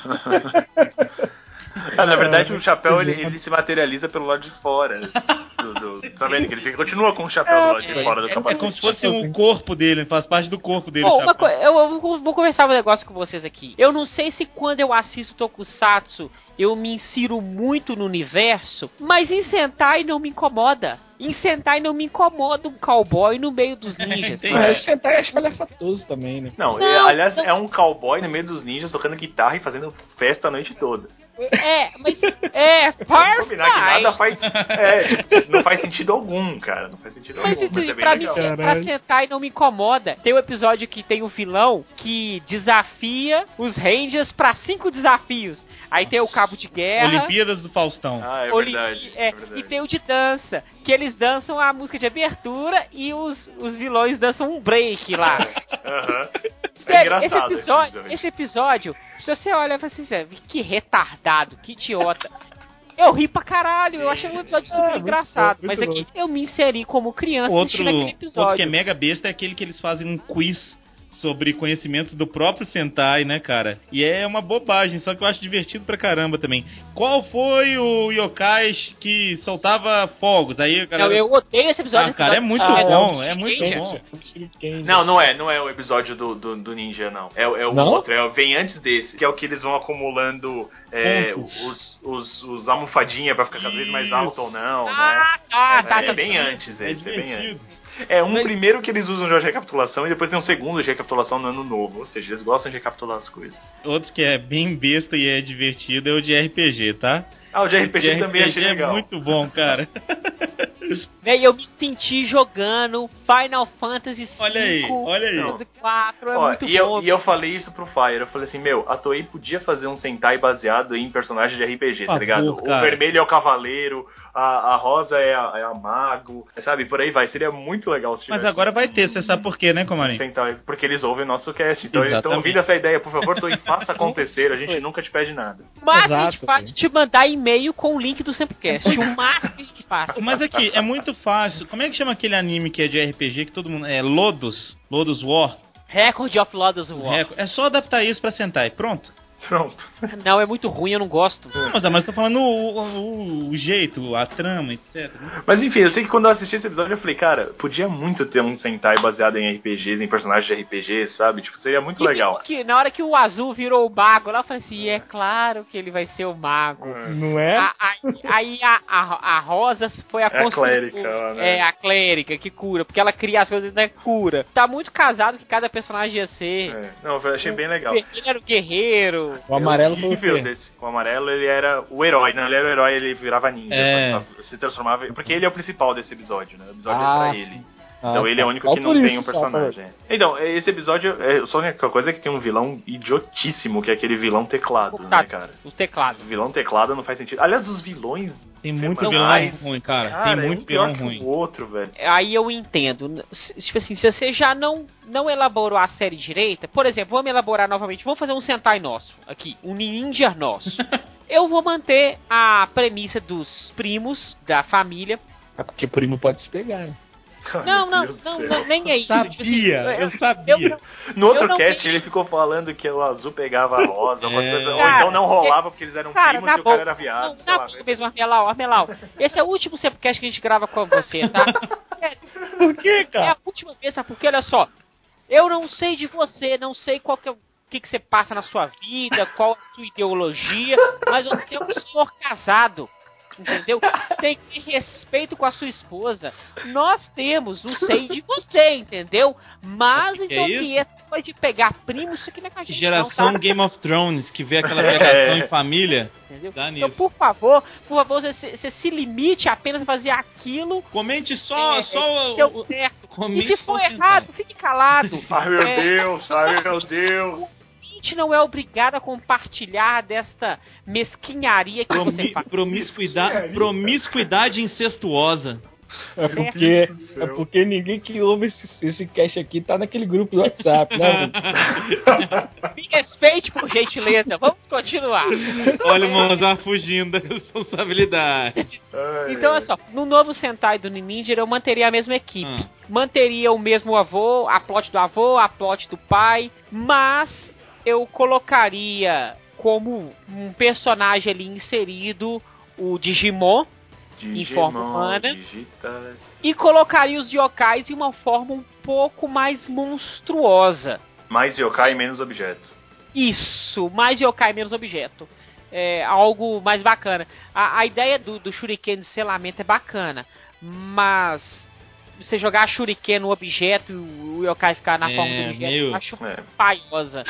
Ah, na verdade,
É.
o chapéu ele, ele se materializa pelo lado de fora. né?
*laughs*
do- do- tá vendo que ele fica- continua com o chapéu do lado de fora do
É, é como
capacete.
se fosse o corpo dele, faz parte do corpo dele.
Bom,
o
uma
chapéu.
coi- eu, eu vou- vou conversar um negócio com vocês aqui. Eu não sei se quando eu assisto Tokusatsu eu me insiro muito no universo, mas em Sentai não me incomoda. Em Sentai não me incomoda um cowboy no meio
*laughs*
dos ninjas.
Entendi.
Mas esse hentai é espalhafatoso também, né?
Não,
Não,
é- aliás,
não.
é um cowboy no meio dos ninjas tocando guitarra e fazendo festa a noite toda.
é, mas
*laughs*
é *laughs*
Vamos combinar que *laughs* nada
parfait.
faz.
*laughs*
É, não faz sentido algum, cara. Não faz sentido
Mas
algum.
isso
Mas é bem
pra, mim,
legal.
pra Sentai não me incomoda. Tem um episódio que tem um vilão que desafia os Rangers pra cinco desafios. Aí tem o cabo de guerra.
Olimpíadas do Faustão.
Ah, é
Olim-
verdade.
é,
É, verdade.
E tem o de dança, que eles dançam a música de abertura e os, os vilões dançam um break
*laughs*
lá.
Aham.
Sério, esse
É engraçado esse
episódio,
episódio.
esse episódio, se você olha e fala assim, "Zé, que retardado, que idiota. Eu ri pra caralho, eu achei um
É,
episódio super engraçado. mas aqui eu me inseri como criança
Outro,
assistindo aquele
outro que é
episódio.
mega besta é aquele que eles fazem um quiz sobre conhecimentos do próprio Sentai, né, cara? E é uma bobagem, só que eu acho divertido pra caramba também. Qual foi o yokai que soltava fogos? Aí, a galera...
Não, eu odeio esse episódio.
Ah,
esse
cara, é
episódio-
muito
Ah,
bom,
não,
é muito
gente,
bom.
Não, não é, não é o episódio do, do, do ninja, não. É, o- é o
Não?
outro, é, o- vem antes desse, que é o que eles vão acumulando é, os, os, os almofadinha pra ficar cada vez mais
Isso.
alto ou não, né?
Ah, tá, tá,
é,
tá.
bem antes
É
esse, é bem antes.
divertido.
É um primeiro que eles usam já de recapitulação e depois tem um segundo de recapitulação no ano novo. Ou seja, eles gostam de recapitular as coisas.
Outro que é bem besta e é divertido é o de RPG, tá?
Ah, o de
O
RPG,
de
também achei
é
legal.
muito bom, cara.
Véi, eu me senti jogando Final Fantasy V,
Olha aí, olha aí.
Fantasy 4, é
Ó,
muito
e,
bom.
eu, e eu falei isso pro Fire, eu falei assim, meu, a Toei podia fazer um Sentai baseado em personagens de RPG,
Por
tá
favor,
ligado?
cara.
O vermelho é o cavaleiro, a, a rosa é a, é a mago, sabe? Por aí vai, seria muito legal se tivesse.
Mas agora vai
um
ter, você sabe por quê, né, Comarinho?
Sentai, porque eles ouvem o nosso cast, então eles estão
Exatamente.
ouvindo essa ideia, por favor, Toei,
*laughs*
faça acontecer, a gente nunca te pede nada.
O máximo a
Exato,
gente faz é
gente.
te mandar e-mail com o link do Semplecast. O máximo que a gente faz.
*laughs*
Mas aqui, é muito fácil. Como é que chama aquele anime que é de RPG que todo mundo. É Lodos? Lodos War?
Record of Lodas War.
Reco- É só adaptar isso pra Sentai. Pronto.
Pronto.
Não, é muito ruim, eu não gosto.
Não, mas, mas tô falando o, o- o jeito, a trama, etc.
Mas enfim, eu sei que quando eu assisti esse episódio eu falei, cara, podia muito ter um Sentai baseado em RPGs, em personagens de RPG, sabe? Tipo, seria muito
E
legal.
tipo que na hora que o azul virou o mago, lá eu falei assim: é claro que ele vai ser o mago.
Não é?
Ah,
A- a- Aí a, a, a Rosa foi a
É a
construtora.
clérica lá, né?
É, a clérica que cura, porque ela cria as coisas da cura. Tá muito casado que cada personagem ia ser.
É, Não, eu achei bem legal.
O vermelho era o guerreiro.
O amarelo foi o
horrível
quê?
desse. O amarelo ele era o herói, não, ele era o herói, ele virava ninja,
É.
só que só se transformava, porque ele é o principal desse episódio, né? O episódio é
Ah, tá.
pra ele.
sim.
Então ele é o único que não tem um personagem. Então, é, esse episódio, é, só a única coisa é que tem um vilão idiotíssimo, que é aquele vilão teclado, né,
Coitado.
cara?
O teclado.
Vilão teclado não faz sentido. Aliás, os vilões.
Tem muito
Não,
vilão
mas-
ruim, cara.
Cara,
Tem
é
muito
um pior
vilão
que
ruim.
O outro, velho.
aí eu entendo. N- se- Tipo assim, se você já não, não elaborou a série direita, por exemplo, vamos elaborar novamente, vamos fazer um Sentai nosso aqui, um Ninja
*laughs*
nosso. eu vou manter a premissa dos primos da família.
É porque primo pode se pegar, né?
Não, não,
Deus do
não,
céu.
não, nem é isso. Tipo assim,
Sabia, eu
eu
sabia.
não-
No outro
Eu não
cast
vi.
ele ficou falando que o azul
*laughs*
pegava a rosa, alguma
É.
coisa, ou
Cara,
então não rolava porque eles eram
Cara,
primos
na
e o cara
boca.
era viado.
Não,
sei
na
lá,
boca mesmo, Armelau,
*laughs*
Armelau. Esse é o último podcast que a gente grava com você, tá? Sério.
Por que,
É a última vez, sabe? Porque olha só, eu não sei de você, não sei qual que é o o que, que você passa na sua vida, qual a sua ideologia, mas você é um senhor casado. Entendeu? Tem que ter respeito com a sua esposa. Nós temos, não sei de você, entendeu? Mas
que
então
é
que
isso?
essa coisa de pegar primo, isso aqui não é com a gente,
Geração
não, tá?
Game of Thrones, que vê
*laughs*
aquela pegação
É.
em família.
Entendeu?
Dá
Então,
nisso.
por favor, por favor, você, você se limite a apenas fazer aquilo
Comente só,
É,
só
que
o-
deu
o.
certo.
Comente
E se
só
for
o
errado,
*laughs*
fique calado.
Ai meu
É.
Deus, ai meu Deus.
A gente não é obrigado a compartilhar desta mesquinharia que você
Promi
faz. É,
promiscuidade, promiscuidade incestuosa.
É porque, é porque ninguém que ouve esse, esse cast aqui tá naquele grupo do WhatsApp, né?
*laughs*
Me respeite, por gentileza. Vamos continuar.
Olha o Mozart fugindo da *laughs* responsabilidade.
Então, olha só. No novo Sentai do Ninja, eu manteria a mesma equipe.
Hum.
Ah.
Manteria o mesmo avô, a plot do avô, a plot do pai. Mas eu colocaria como um personagem ali inserido o Digimon em forma humana.
digitais.
e colocaria os yokais em uma forma um pouco mais monstruosa.
Mais yokai, menos objeto.
Isso, mais yokai, menos objeto. É algo mais bacana. A, a ideia do, do shuriken de selamento é bacana, mas você jogar shuriken no objeto e o, o yokai ficar na
É,
forma do objeto,
meio-
eu acho
É.
paiosa.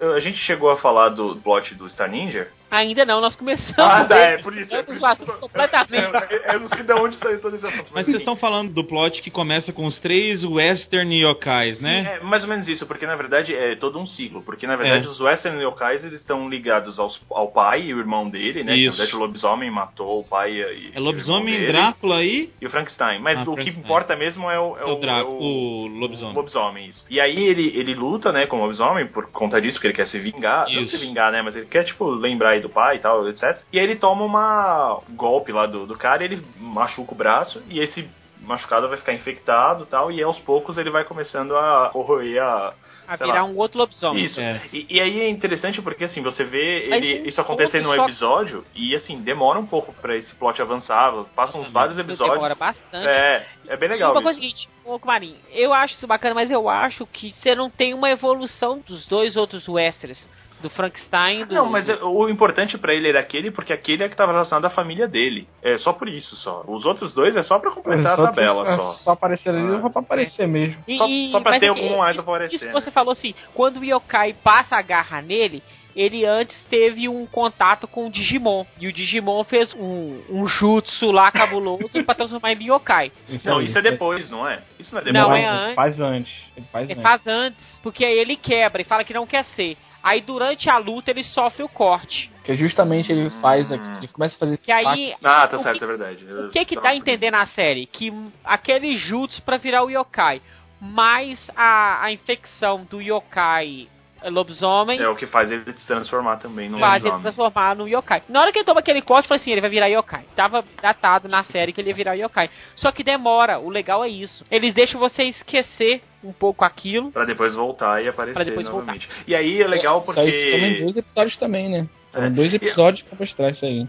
Eu- A gente chegou a falar do plot do Star Ninja.
Ainda não, nós começamos
Ah, tá,
né?
é por isso. é por
Mudamos
isso.
o assunto completamente.
Eu, eu não sei de onde saiu toda essa
Mas vocês estão falando do plot que começa com os três western yokais, né?
É mais ou menos isso, porque na verdade é todo um ciclo. Porque na verdade
É.
os Western yokais eles estão ligados aos- ao pai e o irmão dele, né? Que, na
Isso.
verdade o lobisomem matou o pai e.
É lobisomem,
e o irmão dele.
Drácula e
E o Frankenstein. Mas
Ah,
o que
Frankenstein.
importa mesmo é o. É
o Drácula,
é
o lobisomem.
lobisomem, isso. E aí ele, ele luta, né, com o lobisomem por conta disso, porque ele quer se vingar. Não
Isso.
se vingar, né, mas ele quer, tipo, lembrar aí do pai e tal, etc. E aí ele toma uma um golpe lá do, do cara e ele machuca o braço e esse machucado vai ficar infectado e tal. E aos poucos ele vai começando a corroer a...
A
sei
virar
lá.
um outro lobisomem.
Isso.
É.
E, e aí é interessante porque, assim, você vê
Mas
ele,
um
isso acontecer num
pouco só-
episódio e, assim, demora um pouco pra esse plot avançar. Passam uns vários episódios.
Demora bastante.
É, é bem legal.
E uma
isso.
coisa seguinte, ô Marinho, eu acho isso bacana, mas eu acho que você não tem uma evolução dos dois outros westerns, do Frankenstein e do.
Não, mas é- o importante pra ele era aquele, porque aquele é que tava relacionado à família dele. É só por isso só. Os outros dois é só pra completar a tabela
é,
só.
Só aparecer ali,
Ah.
só pra aparecer mesmo.
E-
só-
e-
só pra
mas
ter
é
algum mais
isso-
aparecendo.
Isso que você falou assim, quando o Yokai passa a garra nele, ele antes teve um contato com o Digimon. E o Digimon fez um, um jutsu lá cabuloso pra transformar ele em
*laughs*
Yokai.
Não,
aí,
isso é depois, não é? Isso não é depois.
Não,
faz-
é antes.
Faz antes. Ele faz
Ele
antes.
faz antes, porque aí ele quebra e fala que não quer ser. Aí durante a luta ele sofre o corte.
Porque justamente ele faz
Hum.
aqui. Ele começa a fazer esse
Que aí
Ah, tá
O
certo,
que-
é verdade. Tá,
O que tá que dá a entender na série? Que aquele jutsu pra virar o yokai, mais a, a infecção do yokai lobisomem
É o que faz ele se transformar também num
faz ele se
lobisomem.
transformar no yokai. Na hora que ele toma aquele corte, fala assim, ele vai virar yokai. Tava datado na série que ele ia virar yokai. Só que demora, o legal é isso. Eles deixam você esquecer um pouco aquilo.
Pra depois voltar e aparecer
depois voltar.
novamente. E aí é legal
Só isso também
porque.
dois episódios também, né? Foram
É.
dois episódios pra mostrar isso aí.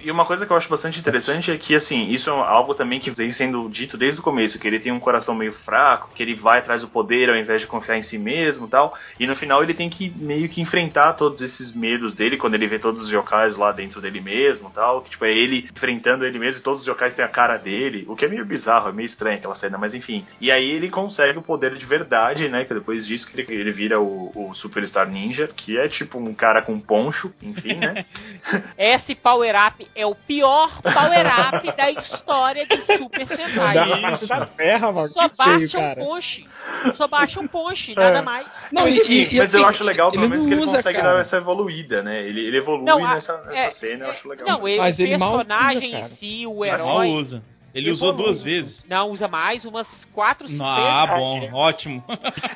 E uma coisa que eu acho bastante interessante é que, assim, isso é algo também que vem sendo dito desde o começo, que ele tem um coração meio fraco, que ele vai atrás do poder ao invés de confiar em si mesmo e tal. E no final ele tem que meio que enfrentar todos esses medos dele quando ele vê todos os yokais lá dentro dele mesmo e tal. Que, tipo, é ele enfrentando ele mesmo e todos os yokais têm a cara dele. O que é meio bizarro, é meio estranho aquela cena, mas enfim. E aí ele consegue o poder de verdade, né? Que depois disso que ele, ele vira o, o Superstar Ninja, que é tipo um cara com poncho, enfim, né?
Esse power-up é o pior power-up da história de Super Sentai.
Isso.
Ferra, mano.
Só
que
baixa
feio,
um
cara.
ponche. Só baixa um ponche, nada mais.
Não, e- e- e
mas eu
assim,
acho legal, pelo
ele
menos,
não
que ele
usa,
consegue
cara.
dar essa evoluída, né? Ele, ele evolui
Não, a-
nessa, nessa
é,
cena, eu acho legal.
Não, ele,
Mas
o
ele mal usa,
personagem
cara.
em si, o
Mas
Mal
herói,
usa. Ele usou
Evolui.
duas vezes.
não usa mais umas quatro, cinco
Ah,
vezes.
bom, ótimo.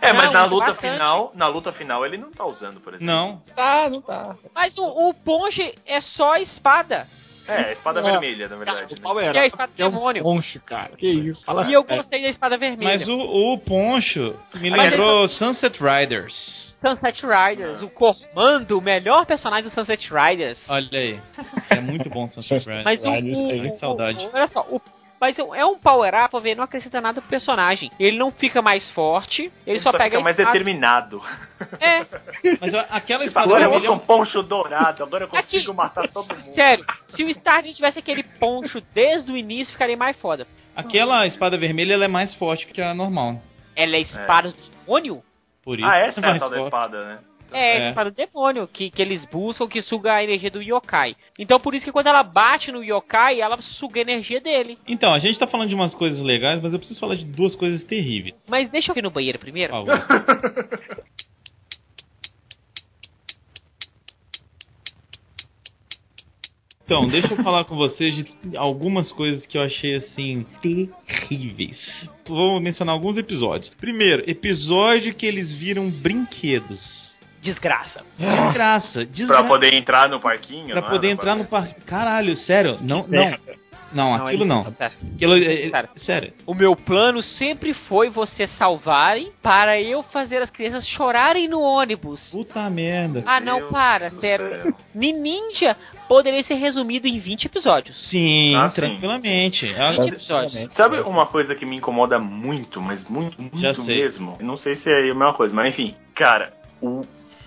é, mas
não,
na
usa
luta
bastante.
final, na luta final ele não tá usando, por exemplo.
Não.
Tá, não tá.
Mas o, o Ponge é só a espada.
É, a espada
Ah.
vermelha, na verdade. né?
Que é a espada do
um
demônio.
Poncho, cara. Que isso. Fala
E eu
sério.
gostei da espada vermelha.
Mas o, o Poncho me
Mas
lembrou Sunset Riders.
Sunset Riders, o Cormando, o melhor personagem do Sunset Riders.
Olha aí. É muito bom Sunset Riders.
Mas o.
Riders,
o-
tem
o-
saudade.
o- olha só, o. Mas é um- é um power-up, ver, não acrescenta nada pro personagem. Ele não fica mais forte, ele, só, pega
fica
a
mais
espada.
determinado.
É,
Mas aquela espada
Agora eu
vermelha.
uso um poncho dourado, agora eu
Aqui.
consigo matar todo mundo.
sério. Se é- o Starling tivesse aquele poncho desde o início, ficaria mais foda.
Aquela espada vermelha ela é mais forte que a normal.
Ela é espada do demônio?
Por isso.
Ah,
que
essa é a
mais
tal da
forte.
espada, né?
É,
É.
espada do demônio, que, que eles buscam, que suga a energia do yokai. Então por isso que quando ela bate no yokai, ela suga a energia dele.
Então, a gente tá falando de umas coisas legais, mas eu preciso falar de duas coisas terríveis.
*laughs*
Mas deixa eu ir no banheiro
Por
primeiro.
favor.
Então, deixa eu falar com vocês de algumas coisas que eu achei assim terríveis. Vou mencionar alguns episódios. Primeiro, episódio que eles viram brinquedos.
Desgraça.
Desgraça,
Pra
desgraça.
poder entrar no parquinho?
Pra
não é?
poder Ah,
era?
entrar no parque. Caralho, sério, não, não. Não, aquilo
é
não.
isso, sério.
Aquilo, é- é-
Cara.
sério.
O meu plano sempre foi vocês salvarem para eu fazer as crianças chorarem no ônibus.
Puta merda.
Ah, não,
Deus
para,
do
sério.
céu.
Ninja poderia ser resumido em 20 episódios.
Sim,
Ah, sim.
tranquilamente. É uma-
20 episódios.
Sabe um- uma coisa que me incomoda muito, mas muito, muito
Já sei.
mesmo? Eu Não sei se é a mesma coisa, mas enfim. Cara, o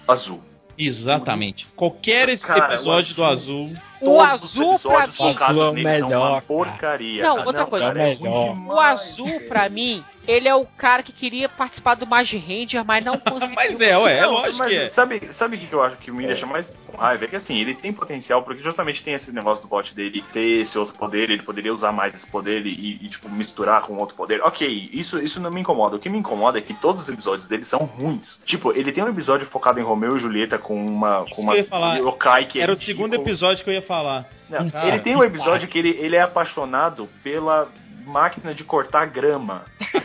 azul.
Exatamente. Qualquer esse
Cara,
episódio
o
do Azul.
O
Todos os
azul pra
episódios
mim.
focados
Azul é o
nele são uma
melhor, cara.
porcaria.
Não,
cara.
outra coisa.
cara, é
É o melhor.
ruim
O
demais,
azul,
velho.
pra mim, ele é o cara que queria participar do Magic Ranger,
*laughs*
mas não conseguiu.
Mas é, ué, é
Não,
lógico
mas assim,
que é.
Sabe, sabe o que que eu acho que me deixa mais com raiva? É que assim, ele tem potencial, porque justamente tem esse negócio do bot dele ter esse outro poder, ele poderia usar mais esse poder e, e, tipo, misturar com outro poder. Ok, isso, isso não me incomoda. O que me incomoda é que todos os episódios dele são ruins. Tipo, ele tem um episódio focado em Romeu e Julieta com uma.
Isso
Com uma
que eu ia falar.
yokai que é
Era o
ridículo.
segundo episódio que eu ia
*laughs*
falar.
Não,
Cara,
ele tem um episódio que ele, ele é apaixonado pela máquina de cortar grama.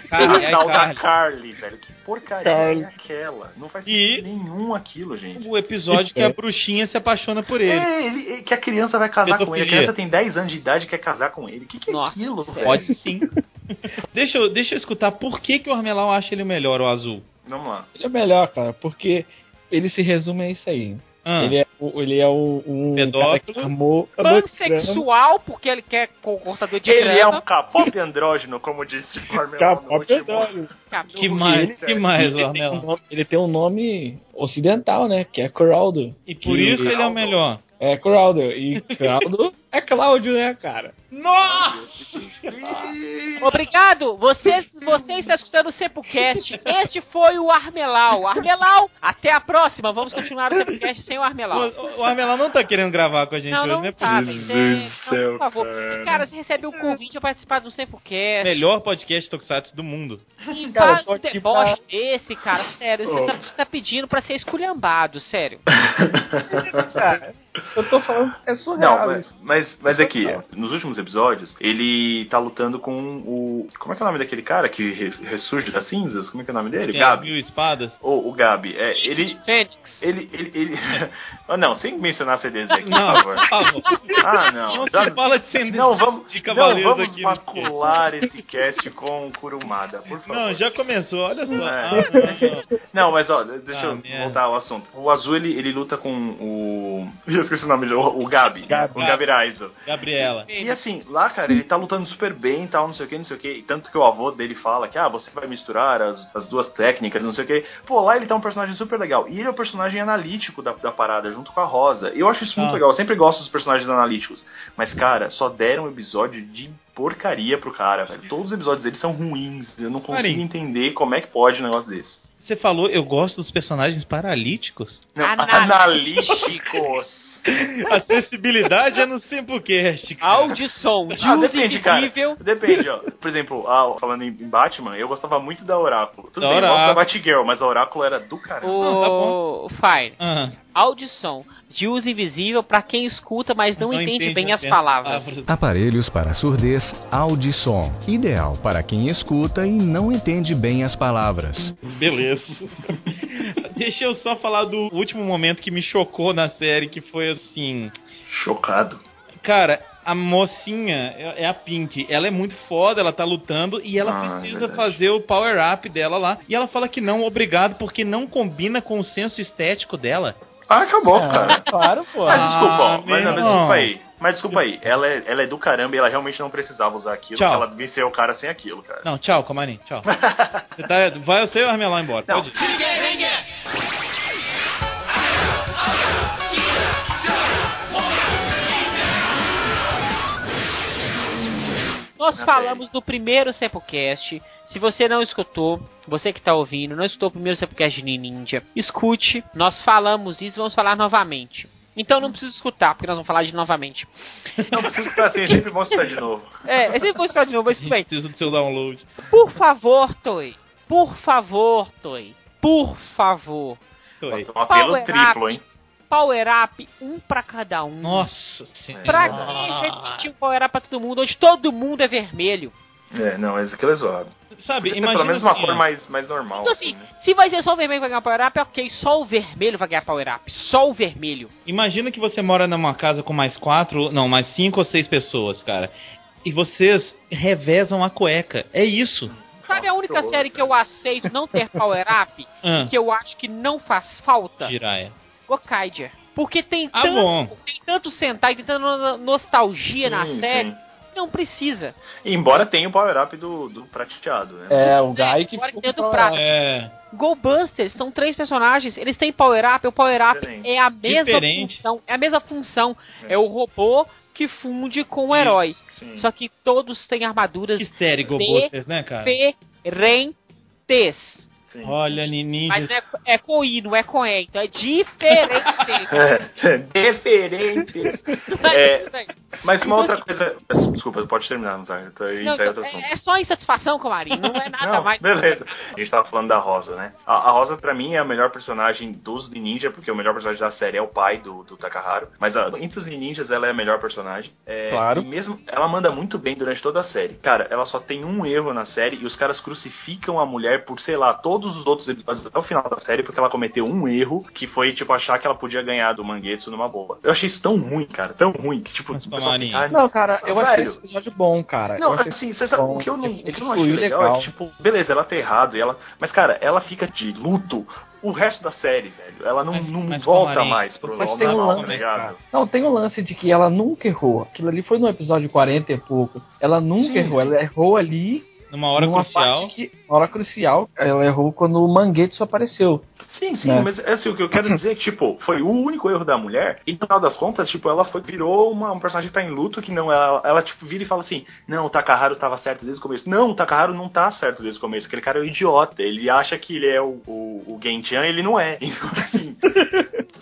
Cara,
a
é,
tal da
cara.
Carly, velho. Que porcaria é aquela? Não faz
E-
sentido nenhum aquilo, gente.
O um episódio que a bruxinha se apaixona por ele.
É, ele, é que a criança vai casar com ele. A
Pedofilia.
criança tem 10 anos de idade e quer casar com ele. O que, que é
Nossa,
aquilo, velho?
Pode sim. *laughs* deixa, eu, deixa eu escutar por que, que o Armelau acha ele o melhor, o azul.
Vamos lá.
Ele é melhor, cara, porque ele se resume a isso aí.
Ah,
Ele é o, ele é o um
Pedófilo.
cara que armou
Tá
a
né?
grama,
Pansexual, porque ele quer co- cortador de
Ele é
grama.
um capote andrógeno, como disse o Parmelão no
capaz de
último.
pedófilo.
tá
que mais, que mais, o
Ele tem,
*laughs*
um
Armelau?
nome, ele tem um nome ocidental, né? Que é Crowdo.
E por isso ele é o melhor.
É Crowdo. E Crowdo é Cláudio, né, cara?
Nossa!
Ah! Obrigado! Você, você está escutando o Sepulcast. Este foi o Armelau. Armelau, até a próxima. Vamos continuar o Sepulcast sem o
Tá.
Armelau.
O, o Armelau não tá querendo gravar com a gente
Não,
hoje,
não
né? é
tá,
possível.
tem que ser- não, por favor. Cara. você recebe um convite pra participar do Sepulcast.
é Melhor tá, podcast Tokusatsu do mundo.
E
Cara,
faz
eu tô
um
aqui
deboche
tá.
desse, cara. Sério, você, tá, você tá pedindo pra ser esculhambado, sério.
Cara, eu tô falando que é surreal
Não,
isso.
mas, mas, mas é que nos últimos episódios ele tá lutando com o. Como é que é o nome daquele cara que re- ressurge das cinzas? Como é que é o nome dele?
É,
Gabi.
mil espadas.
Ô, o Gabi. É, ele.
Fênix.
Ele. ele, ele... *laughs* Ah, não, sem mencionar CDZ aqui,
Não,
por
por
favor.
favor.
Ah, não.
Não
Já-
se fala assim, de sendo
Não vamos,
de
não,
cavaleiros
vamos
aqui. no
macular esse cast com o Kurumada, por
podcast.
favor.
Não, já começou, olha só.
É.
Ah, não, não.
Não, mas ó, deixa
Ah,
eu
merda.
voltar ao assunto. O Azul, ele, ele luta com o. *laughs* Eu esqueci o nome dele, o, o Gabi, né?
Gabi.
com o Gabi Raizo.
Gabriela.
E assim, lá, cara, ele tá lutando super bem e tal, não sei o que, não sei o que. Tanto que o avô dele fala que, ah, você vai misturar as, as duas técnicas, não sei o que. Pô, lá ele tá um personagem super legal. E ele é o personagem analítico da, da parada, junto com a Rosa. E eu acho isso muito
Ah.
legal, eu sempre gosto dos personagens analíticos. Mas, cara, só deram episódio de porcaria pro cara, velho. Todos os episódios dele são ruins. Eu não consigo
Marinho.
entender como é que pode um negócio desse.
Você falou, eu gosto dos personagens paralíticos.
Não,
Anal-
*laughs*
analíticos.
Acessibilidade é no Simplecast. cara.
Audição, de
Ah,
uso
depende, cara.
invisível.
Depende, ó. Por exemplo, a- falando em em Batman, eu gostava muito da Oráculo. Tudo
Da
bem, eu gosto da
Oráculo.
Batgirl, mas a Oráculo era do caralho.
Não, tá bom.
O Fire,
Ah,
audição, de uso invisível pra quem escuta, mas
então
não, Então entende, bem as
bem
palavras.
Aparelhos para surdez Audison. Ideal para quem escuta e não entende bem as palavras.
Beleza. Deixa eu só falar do último momento que me chocou na série, que foi assim.
Chocado.
Cara, a mocinha é é a Pink. Ela é muito foda, ela tá lutando e ela
Ah,
precisa
verdade.
fazer o power-up dela lá. E ela fala que não, obrigado, porque não combina com o senso estético dela.
Ah, acabou, cara.
Claro, pô.
Mas desculpa, ó, mas, não,
É. Ah, meu
mas desculpa
irmão.
aí. Mas desculpa aí, ela é, ela é do caramba e ela realmente não precisava usar aquilo.
Tchau.
Ela venceu o cara sem aquilo, cara.
Não, tchau, Camarim,
*laughs*
tchau. Você tá- vai você e o Armelar embora.
Não.
Pode ir.
Nós
Ok.
falamos do primeiro Sepulcast. Se você não escutou, você que tá ouvindo, não escutou o primeiro Sepulcast de Ninja, escute. Nós falamos isso e vamos falar novamente. Então não precisa escutar, porque nós vamos falar de novamente.
Não precisa escutar assim, é sempre bom citar de
*laughs*
novo.
É, eu sempre vou escutar de novo, mas tudo bem.
Preciso do seu download.
Por favor, Toy. Por favor, Toy. Por favor.
Tô aí.
Um apelo
Power
triplo, hein?
power up, um pra cada um.
Nossa senhora.
Pra que repetir o power up pra todo mundo, onde todo mundo é vermelho?
É, não, mas aquilo é zoado.
Sabe,
Podia ter
imagina.
pelo menos uma
assim,
cor
ó.
mais, mais normal.
Então assim,
né?
se vai ser só o vermelho que vai ganhar power up, ok, só o vermelho vai ganhar power up. Só o vermelho.
Imagina que você mora numa casa com mais quatro, não, mais cinco ou seis pessoas, cara. E vocês revezam a cueca. É isso.
Sabe a única
horror,
série que eu aceito não ter power up,
Hum.
Ah,
que eu acho que não faz falta?
Jiraiya.
Gokaiger. Porque tem
Ah,
tanto,
bom.
tem tanto Sentai, tem tanta no- nostalgia na
Sim,
série,
sim.
não precisa.
Embora tenha o power-up do, do prateado, né?
É, o Guy que
Agora que
ficou
dentro
com
do prato.
É.
Go Busters são três personagens, eles têm power up, o power up
Diferente.
é a mesma
Diferente.
função, é a mesma função, é, o robô que funde com o herói.
Sim.
Só que todos têm armaduras
Que série Gobusters, né, cara?
diferentes.
sim.
Olha, Ninja.
Mas não é, é com I, não é com E, então é diferente.
É, diferente. *laughs* É, mas uma outra coisa. Desculpa, pode terminar, Gonzaga. Tá aí,
Não,
tá aí outro
é-
assunto.
é, só insatisfação com o Marinho, não é nada
Não,
mais.
Beleza. A gente tava falando da Rosa, né? A, a Rosa, pra mim, é a melhor personagem dos Ninja, porque o melhor personagem da série é o pai do, do Takaharu. Mas a- entre os Ninjas, ela é a melhor personagem. É,
Claro.
E mesmo, ela manda muito bem durante toda a série. Cara, ela só tem um erro na série e os caras crucificam a mulher por, sei lá, todos os outros episódios até o final da série, porque ela cometeu um erro que foi, tipo, achar que ela podia ganhar do Manguetsu numa boa. Eu achei isso tão ruim, cara. Tão ruim que, tipo,
Mas,
o pessoal
Marinho.
fica, "Ah,
Não, cara, eu achei
Sério?
esse episódio é bom, cara.
Não,
eu achei
assim, você sabe,
bom,
o que eu não, o
ele
que eu não
flui
achei legal,
legal.
é que, tipo, beleza, ela tá errado e ela. Mas, cara, ela fica de luto o resto da série, velho. Ela não,
Mas-
não
mas,
volta
Palmarim,
mais pro
mas
ao
tem um
normal, tá
lance,
ligado?
Não, tem o lance de que ela nunca errou. Aquilo ali foi no episódio 40 e pouco. Ela nunca
Sim,
errou.
sim.
Ela errou ali
Numa hora
numa
crucial.
parte que, na hora crucial, ela errou quando o Manguetsu apareceu.
Sim, sim,
Né?
mas assim, o que eu quero dizer é que, tipo, foi o único erro da mulher, e no final das contas, tipo, ela foi, virou uma, um personagem que tá em luto, que não, ela, ela, tipo, vira e fala assim, não, o Takaharu tava certo desde o começo. Não, o Takaharu não tá certo desde o começo, aquele cara é um idiota, ele acha que ele é o, o, o Gentian, ele não é. *laughs* Então,
*laughs*
assim, tipo,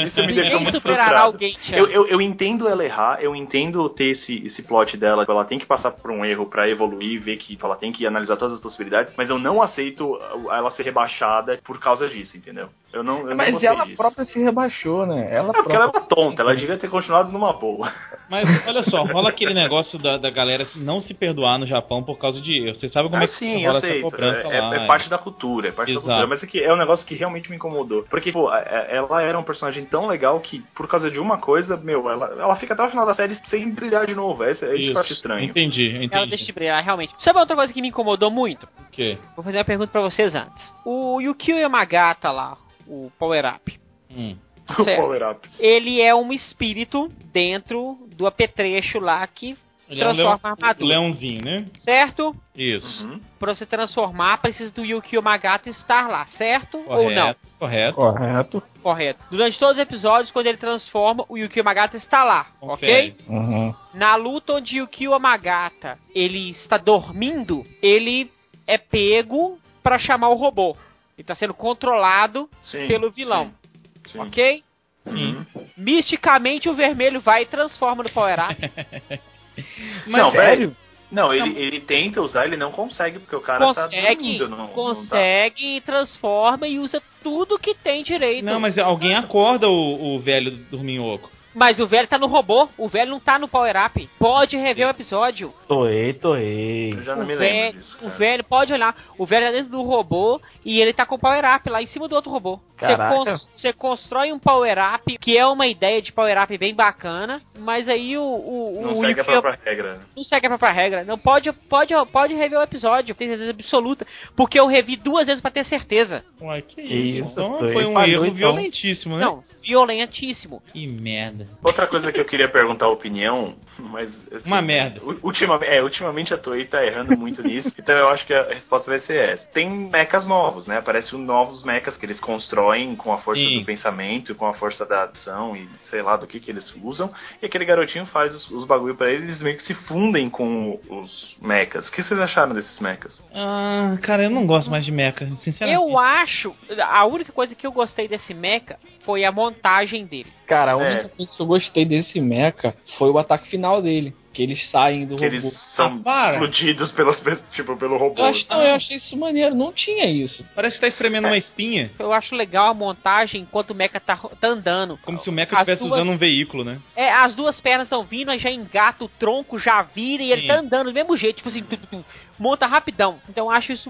isso me deixou
Ninguém
muito
superará
frustrado.
alguém, Chan.
Eu, eu, eu entendo ela errar, eu entendo ter esse, esse plot dela, ela tem que passar por um erro pra evoluir, ver que ela tem que analisar todas as possibilidades, mas eu não aceito ela ser rebaixada por causa disso, entendeu? Eu não, eu não
Mas
gostei
ela
disso.
própria se rebaixou, né? Ela
É porque ela
própria.
era tonta, ela devia ter continuado numa boa.
Mas olha só, rola aquele negócio da, da galera não se perdoar no Japão por causa de erro. Você sabe como
Ah,
é que
sim, eu
rola
sei.
essa
É,
cobrança
é-
lá.
é parte da cultura, é parte
Exato.
da cultura. Mas é, que é um negócio que realmente me incomodou. Porque, pô, a- a- ela era um personagem tão legal que, por causa de uma coisa, meu, ela, ela fica até o final da série sem brilhar de novo. É, isso- é isso que eu acho estranho.
né? Entendi, entendi.
Ela deixa de brilhar, realmente. Sabe outra coisa que me incomodou muito?
O quê?
Vou fazer uma pergunta pra vocês antes. O Yukio Yamagata lá, o Power Up,
Hum.
*laughs* *laughs* O
Certo.
power up.
ele é um espírito dentro do apetrecho lá que
Ele é um
transforma
leão,
a armadura.
leãozinho, né?
Certo?
Isso.
Uhum.
Pra você transformar, precisa do Yukio Yamagata estar lá, certo? Ou não?
Correto.
Correto.
Correto. Durante todos os episódios, quando ele transforma, o Yukio Yamagata está lá, ok?
Confere.
Uhum.
Na luta onde o Kiyomagata ele está dormindo, ele é pego para chamar o robô. Ele está sendo controlado
Sim,
pelo vilão,
sim, sim.
ok?
Uhum.
Misticamente o vermelho vai e transforma no
*laughs*
Power Up. é-
não, velho.
Sério?
Não, ele, ele tenta usar, ele não consegue, porque o cara tá
consegue,
dormindo. Não,
consegue, e transforma e usa tudo que tem direito.
Não, mas alguém acorda o, o velho dorminhoco.
Mas o velho tá no robô, o velho não tá no Power Up. Pode rever o episódio.
Toei,
Não tá.
toei.
Eu já não
o
me
velho,
lembro disso.
o
cara.
velho, pode olhar, o velho tá dentro do robô e ele tá com o power up lá em cima do outro robô. Você
Caraca.
cons- Você constrói um power up, que é uma ideia de power up bem bacana, mas aí o, é o,
Não
o
segue a
Yukio-
própria regra.
não segue a própria regra. Não pode, pode, pode rever o episódio, tem certeza absoluta, porque eu revi duas vezes pra ter certeza.
Ué, que
isso,
Então
foi-
foi um
falhou,
erro
então.
é?
violentíssimo, né?
Não, violentíssimo.
Que merda.
Outra coisa que eu queria perguntar a opinião, mas. assim,
Uma merda.
u- Ultima, é, ultimamente a Toei tá errando muito nisso, então eu acho que a resposta vai ser essa. Tem mechas novos, né? Aparecem novos mechas que eles constroem com a força
Sim.
do pensamento, com a força da ação e sei lá do que que eles usam. E aquele garotinho faz os, os bagulho pra eles e eles meio que se fundem com o- os mechas. O que vocês acharam desses mechas?
Ah, cara, eu não gosto mais de mecha,
é?
sinceramente.
Eu acho, a única coisa que eu gostei desse mecha foi a montagem dele.
Cara,
É.
a única coisa que eu gostei desse mecha foi o ataque final dele. que eles saem do
que
robô.
eles são
Ah, para.
explodidos pelas, pe- tipo, pelo robô.
Eu, acho, não, eu achei isso maneiro, não tinha isso.
Parece que tá espremendo
É.
uma espinha.
Eu acho legal a montagem enquanto o Mecha tá, ro- tá andando.
Como se o Mecha
As
estivesse
duas-
usando um veículo, né?
É, as duas pernas estão vindo, aí já engata o tronco, já vira e ele
Sim.
tá andando do mesmo jeito, tipo assim, tum, tum, tum, monta rapidão. Então eu acho isso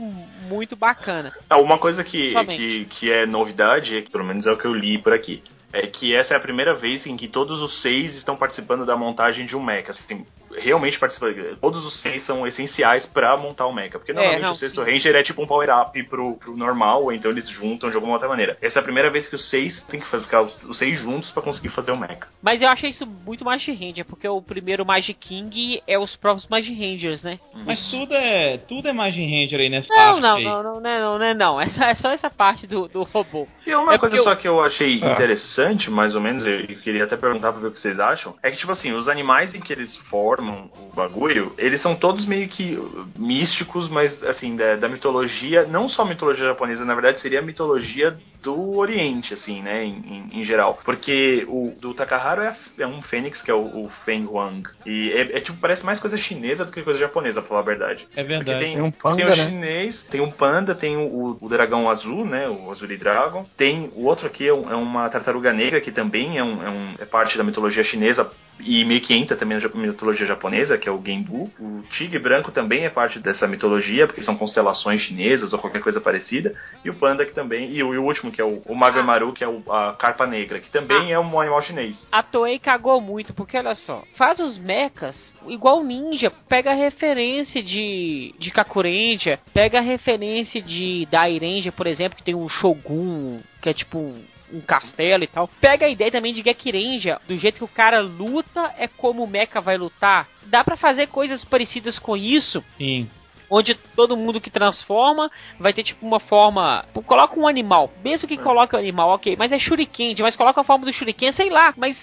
muito bacana.
Ah, Uma coisa que,
Somente.
que, que é novidade, é que, pelo menos é o que eu li por aqui, é que essa é a primeira vez em que todos os seis estão participando da montagem de um mecha. Assim, realmente participando. Todos os seis são essenciais pra montar o mecha. Porque normalmente
não,
o sexto
sim.
ranger é tipo um power-up pro, pro normal, ou então eles juntam de alguma outra maneira. Essa é a primeira vez que os seis têm que fazer, ficar os, os seis juntos pra conseguir fazer o mecha.
Mas eu achei isso muito mais de Ranger, porque o primeiro Magic King é os próprios Magic Rangers, né?
Mas tudo é. Tudo é Magin Ranger aí nessa
Não,
parte.
não,
aí.
não, não, não, é não, não, é não. É só, é só essa parte do, do robô.
E uma
É porque
coisa
eu-
só que eu achei interessante, mais ou menos, eu eu queria até perguntar pra ver o que vocês acham, é que, tipo assim, os animais em que eles formam o bagulho, eles são todos meio que uh, místicos, mas, assim, da, da mitologia, não só a mitologia japonesa, na verdade, seria a mitologia do Oriente, assim, né, em, em- em geral. Porque o do Takaharu é, é um fênix, que é o, o Feng Wang, e é, é, tipo, parece mais coisa chinesa do que coisa japonesa, pra falar a verdade.
É
Porque
verdade.
Tem um panda,
tem o
né?
chinês, tem o panda, tem o, o dragão azul, né? O Azuri Dragon. Tem o outro aqui, é, um- é uma tartaruga negra, que também é, um, é, um- é parte da mitologia chinesa e meio que entra também na ja- mitologia japonesa, que é o Genbu. O tigre branco também é parte dessa mitologia, porque são constelações chinesas ou qualquer coisa parecida. E o panda que também... E o, e o último, que é o, o Magamaru, que é o- a carpa negra, que também é um animal chinês.
A Toei cagou muito, porque olha só, faz os mechas igual ninja, pega a referência de, de Kakuranger, pega a referência de Dairanger, por exemplo, que tem um Shogun, que é tipo um, um castelo e tal. Pega a ideia também de Gekiranger, do jeito que o cara luta é como o mecha vai lutar. Dá pra fazer coisas parecidas com isso,
Sim.
onde todo mundo que transforma vai ter tipo uma forma. Pô, Coloca um animal, mesmo que coloque o animal, ok, mas é shuriken, mas coloca a forma do shuriken, sei lá, mas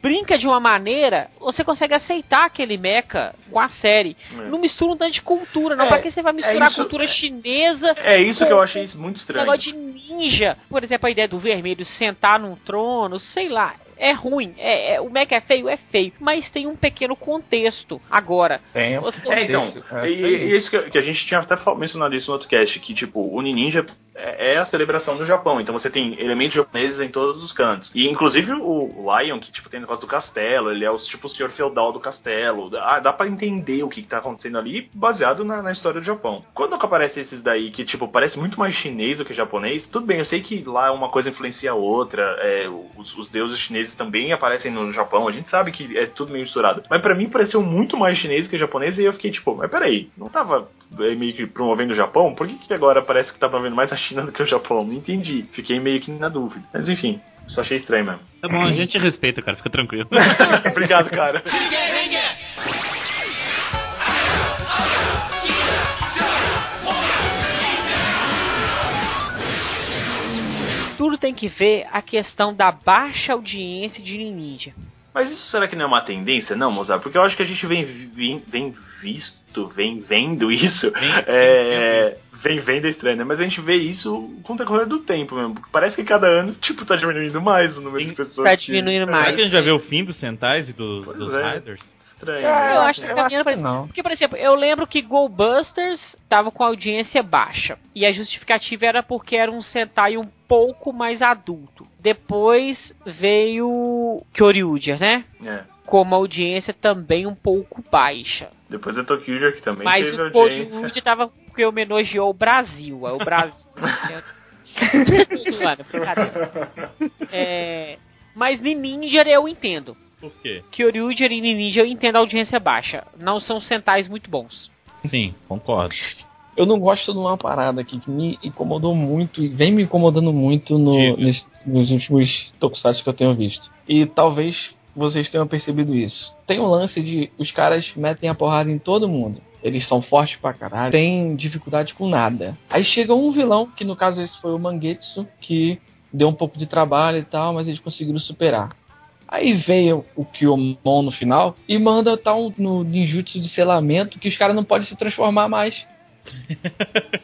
brinca de uma maneira, você consegue aceitar aquele mecha com a série. Não mistura um tanto de cultura, não.
É,
pra que você vai misturar a
isso-
cultura chinesa
É isso que eu achei muito
um
estranho.
negócio de ninja. Por exemplo, a ideia do vermelho sentar num trono, sei lá. É ruim, é, é- o Mac é feio, é feio, mas tem um pequeno contexto. Agora,
Tem.
você-
É, então,
Isso,
e,
é isso aí.
e isso que, eu- que a gente tinha até fal- mencionado isso no outro cast, que tipo, o Ninja é é a celebração do Japão, então você tem elementos japoneses em todos os cantos. E inclusive o Lion, que tipo, tem o negócio do castelo, ele é o, tipo o senhor feudal do castelo, ah, dá pra entender o que, que tá acontecendo ali, baseado na, na história do Japão. Quando que aparece esses daí, que tipo, parece muito mais chinês do que japonês, tudo bem, eu sei que lá é uma coisa influencia a outra, é, os, os deuses chineses também aparecem no Japão, a gente sabe que é tudo meio misturado. Mas pra mim pareceu muito mais chinês que japonês e eu fiquei tipo, mas peraí, não tava é, meio que promovendo o Japão? Por que, que agora parece que tá promovendo mais a China do que o Japão? Não entendi. Fiquei meio que na dúvida. Mas enfim, só achei estranho mesmo. *laughs*
Tá bom, a gente respeita, cara. Fica *laughs* tranquilo.
Obrigado, cara.
tudo tem que ver a questão da baixa audiência de Ninja.
Mas isso será que não é uma tendência, não, Mozart? Porque eu acho que a gente vem, vi- vem visto, vem vendo isso. é, vem vendo é estranho, né? Mas a gente vê isso com o decorrer do tempo mesmo. Porque Parece que cada ano, tipo, tá diminuindo mais o número de pessoas.
Tá
que-
diminuindo
Será
mais.
que a gente vai ver o fim dos Sentais e dos,
Pois
dos
é.
Riders?
Estranho. né?
É,
eu acho que tá
eu acho
caminhando pra
que não.
Porque, por exemplo, eu lembro que GoBusters tava com audiência baixa. E a justificativa era porque era um Sentai um pouco mais adulto. Depois veio Kyoryuger, né?
É.
com uma audiência também um pouco baixa.
Depois é Tokyo que também
Mas
teve
o
audiência.
Hollywood tava porque homenageou o Brasil. Aí o Brasil. *laughs* né? Mano, brincadeira. É, mas Ninja eu entendo.
Por quê?
Kyoryuger e Ninja eu entendo a audiência baixa. Não são centais muito bons.
Sim, concordo.
Eu não gosto de uma parada aqui que me incomodou muito e vem me incomodando muito no-
Diga.
nes- nos últimos tokusatsu que eu tenho visto. E talvez vocês tenham percebido isso. Tem o lance de os caras metem a porrada em todo mundo. Eles são fortes pra caralho, tem dificuldade com nada. Aí chega um vilão, que no caso esse foi o Mangetsu, que deu um pouco de trabalho e tal, mas eles conseguiram superar. Aí veio o Kyomon no final e manda tal no ninjutsu de selamento que os caras não podem se transformar mais.
*laughs*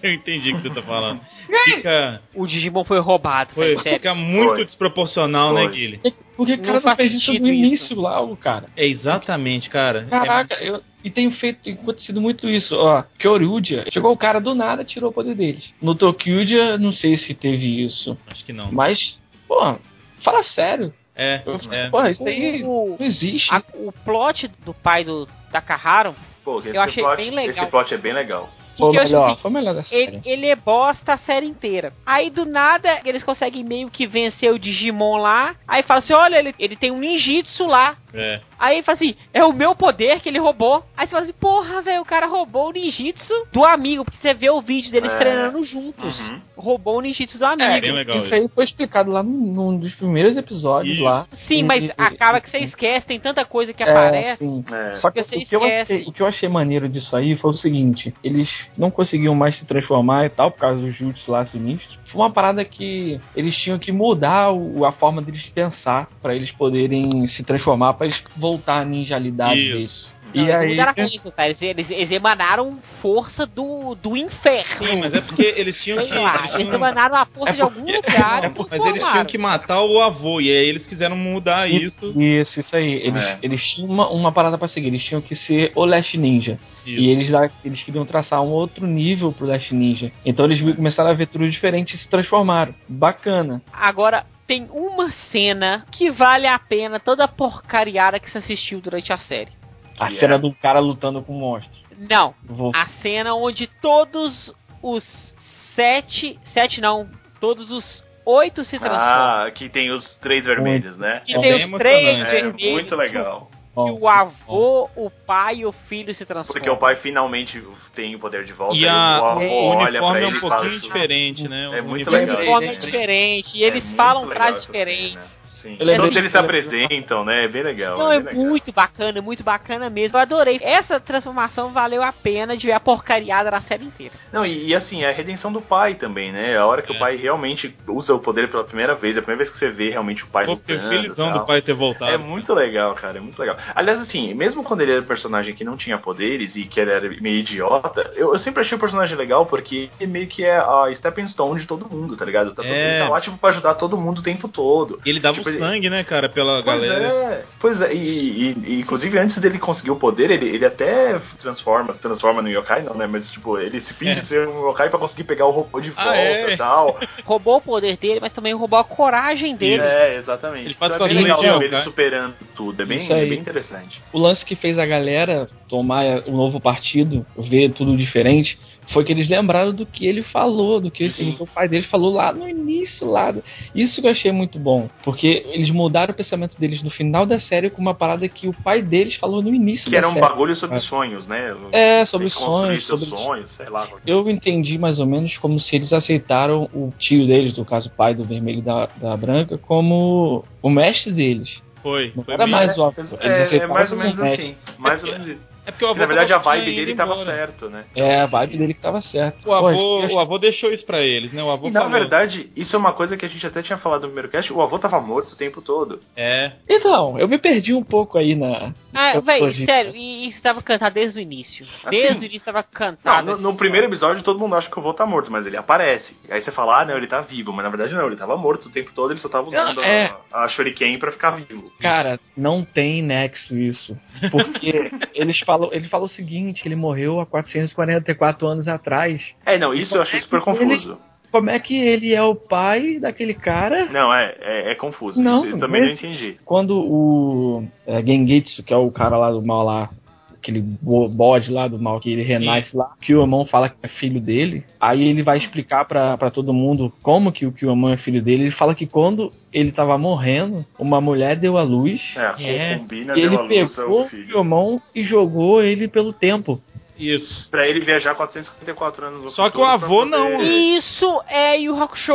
Eu entendi o que tu tá
*laughs*
falando. Fica,
O Digimon foi roubado,
foi-
foi sério.
fica muito
Foi.
desproporcional, né,
Foi.
Guilherme?
Por que o
Não
cara não
faz
fez isso no
sentido
início
isso.
logo, cara?
É exatamente, cara. É,
Caraca,
É.
eu. E tenho feito, tem acontecido muito isso, ó. Kyoryuja, chegou o cara do nada, tirou o poder deles. No Tokyuja, não sei se teve isso.
É, acho que não.
Mas, pô, fala sério.
É,
Eu fico,
é.
pô, isso aí não
O,
existe.
a- Ah, o plot do pai do Takaharu,
Pô, esse
Eu achei
plot,
bem legal.
Esse plot é bem legal.
que
Foi
que eu acho
melhor,
assim,
foi melhor da série.
ele, ele é bosta a série inteira. Aí do nada eles conseguem meio que vencer o Digimon lá. Aí fala assim: olha, ele, ele tem um ninjitsu lá.
É.
Aí fala assim: é o meu poder que ele roubou. Aí você fala assim: porra, velho, o cara roubou o ninjitsu do amigo. Porque você vê o vídeo deles
É.
treinando juntos.
Uhum.
Roubou o ninjitsu do amigo.
É, bem legal
Isso
isso.
aí foi explicado lá num, num dos primeiros episódios
Isso.
lá.
Sim, mas
É, E-
acaba que você esquece, tem tanta coisa que
É,
aparece.
sim.
É.
Só que
Você
o que, eu
esquece.
achei, o que eu achei maneiro disso aí foi o seguinte: eles não conseguiam mais se transformar e tal, por causa do Jutsu lá sinistro. Foi uma parada que eles tinham que mudar o- a forma deles pensar pra eles poderem se transformar, pra eles voltar à ninjalidade deles.
Isso.
Não,
E
eles
aí,
mudaram isso, tá? Eles, eles, eles emanaram força do, do inferno.
Sim, mas é porque eles tinham que.
Sei
assim,
lá,
eles
eles
tinham-
emanaram a força
É
de algum lugar.
É,
e
mas eles tinham
transformaram.
que matar o avô, e aí eles quiseram mudar isso.
Isso, isso aí. Eles,
É.
eles tinham uma, uma parada pra seguir, eles tinham que ser o Last Ninja. E
isso.
eles, lá- eles queriam traçar um outro nível pro Last Ninja. Então eles começaram a ver tudo diferente e se transformaram. Bacana.
Agora, tem uma cena que vale a pena toda a porcariada que você assistiu durante a série.
A
Que
cena
é?
do cara lutando com o monstro.
Não,
Vou
a cena onde todos os sete. Sete não, todos os oito se transformam.
Ah, que tem os três vermelhos, né?
que
é
tem
bem
os três
emocionante.
É,
vermelhos.
muito legal.
Que o avô, o pai e o filho se transformam.
Porque o pai finalmente tem o poder de volta.
E
aí
a-
o avô
O
olha pra
uniforme é
ele
um
e fala,
pouquinho
"Isso
diferente, né?
É
O
muito
O
Sim,
legal.
uniforme é
isso, né?
diferente, e
É
eles
muito
falam
legal
trajes
essa
diferentes. é
cena. né? Sim.
Eu lembrei
Todos eles se
que-
apresentam, né? É bem legal.
Não,
é
é
bem legal.
muito bacana, é muito bacana mesmo. Eu adorei. Essa transformação valeu a pena de ver a porcariada na série inteira.
Não, e, e assim, é a redenção do pai também, né? A hora que
É.
o pai realmente usa o poder pela primeira vez, é a primeira vez que você vê realmente o pai
Pô, fiquei
lutando.
felizão
tal.
um do pai ter voltado.
É muito legal, cara, é muito legal. Aliás, assim, mesmo quando ele era um personagem que não tinha poderes e que ele era meio idiota, eu, eu sempre achei o personagem legal porque ele meio que é a stepping stone de todo mundo, tá ligado? Tá,
É.
Ele tá lá, tipo, pra ajudar todo mundo o tempo todo.
E ele dava
Tipo,
o
ele-
sangue, né, cara, pela
Pois
galera.
é, pois é, e, e- e, inclusive antes dele conseguir o poder, ele, ele até transforma, transforma no yokai, não, né? Mas tipo, ele se finge
É.
ser um yokai pra conseguir pegar o robô de
Ah,
volta
é?
e tal.
Roubou o poder dele, mas também roubou a coragem dele.
É, exatamente.
Ele faz
Então é bem
cosplay
legal
de
saber ele
yokai.
superando tudo, é bem,
Isso aí.
é bem interessante.
o lance que fez a galera tomar o novo partido, ver tudo diferente, foi que eles lembraram do que ele falou, do que,
Sim.
do que o pai dele falou lá no início, lá. Isso que eu achei muito bom, porque eles mudaram o pensamento deles no final da série com uma parada que o pai deles falou no início
Que
da
era um
série.
bagulho sobre
É.
sonhos, né?
É, sobre
Tem que construir
sonhos,
seus
sobre
sonhos, sei lá.
eu entendi mais ou menos como se eles aceitaram o tio deles, no caso o pai do vermelho e da, da branca, como o mestre deles.
Foi.
Não
foi
era
bem-
mais óbvio. Eles
É, é
aceitaram
mais ou
como
menos
mestre.
assim. Mais ou menos isso.
É porque o avô
Na verdade, a
tava-
vibe
tinha
dele
ido
tava
embora.
certo, né?
É, a vibe dele que tava certa.
O
Pô, isso que eu
avô,
achei
o avô deixou isso pra eles, né? O avô
E, na
falou.
verdade, isso é uma coisa que a gente até tinha falado no primeiro cast, o avô tava morto o tempo todo.
É.
Então, eu me perdi um pouco aí na.
Ah, véi,
Hoje-
sério, e isso tava cantado desde o início.
Assim,
Desde o início tava
Ah,
Não,
cantado. assim.
no,
essa
no
história.
é.
primeiro episódio todo mundo acha que o avô tá morto, mas ele aparece. Aí você fala, ah, não, ele tá vivo. Mas na verdade não, ele tava morto o tempo todo, ele só tava usando
Ah, é.
a, a Shuriken pra ficar vivo.
Cara, não tem nexo isso.
*laughs*
Porque eles falam, ele fala o seguinte: que ele morreu há 444 anos atrás.
É, não,
então
isso eu achei super confuso.
Como é que ele é o pai daquele cara?
Não, é, é, é confuso.
Não,
isso, isso também não
mas-
entendi.
Quando o é, Gengetsu, que é o cara lá do mal lá, aquele bo- bode lá do mal que ele renasce lá, Kyuamon fala que é filho dele. Aí ele vai explicar pra pra todo mundo como que o Kyuamon é filho dele. Ele fala que quando ele tava morrendo, uma mulher deu à luz.
É,
É.
a combina
E
deu
ele
a luz
pegou
ao
o
filho.
Kyomon e jogou ele pelo tempo.
Isso.
Pra ele viajar 454 anos no
Só que
futuro
o avô
pra poder-
não.
Isso é Yu Hakusho.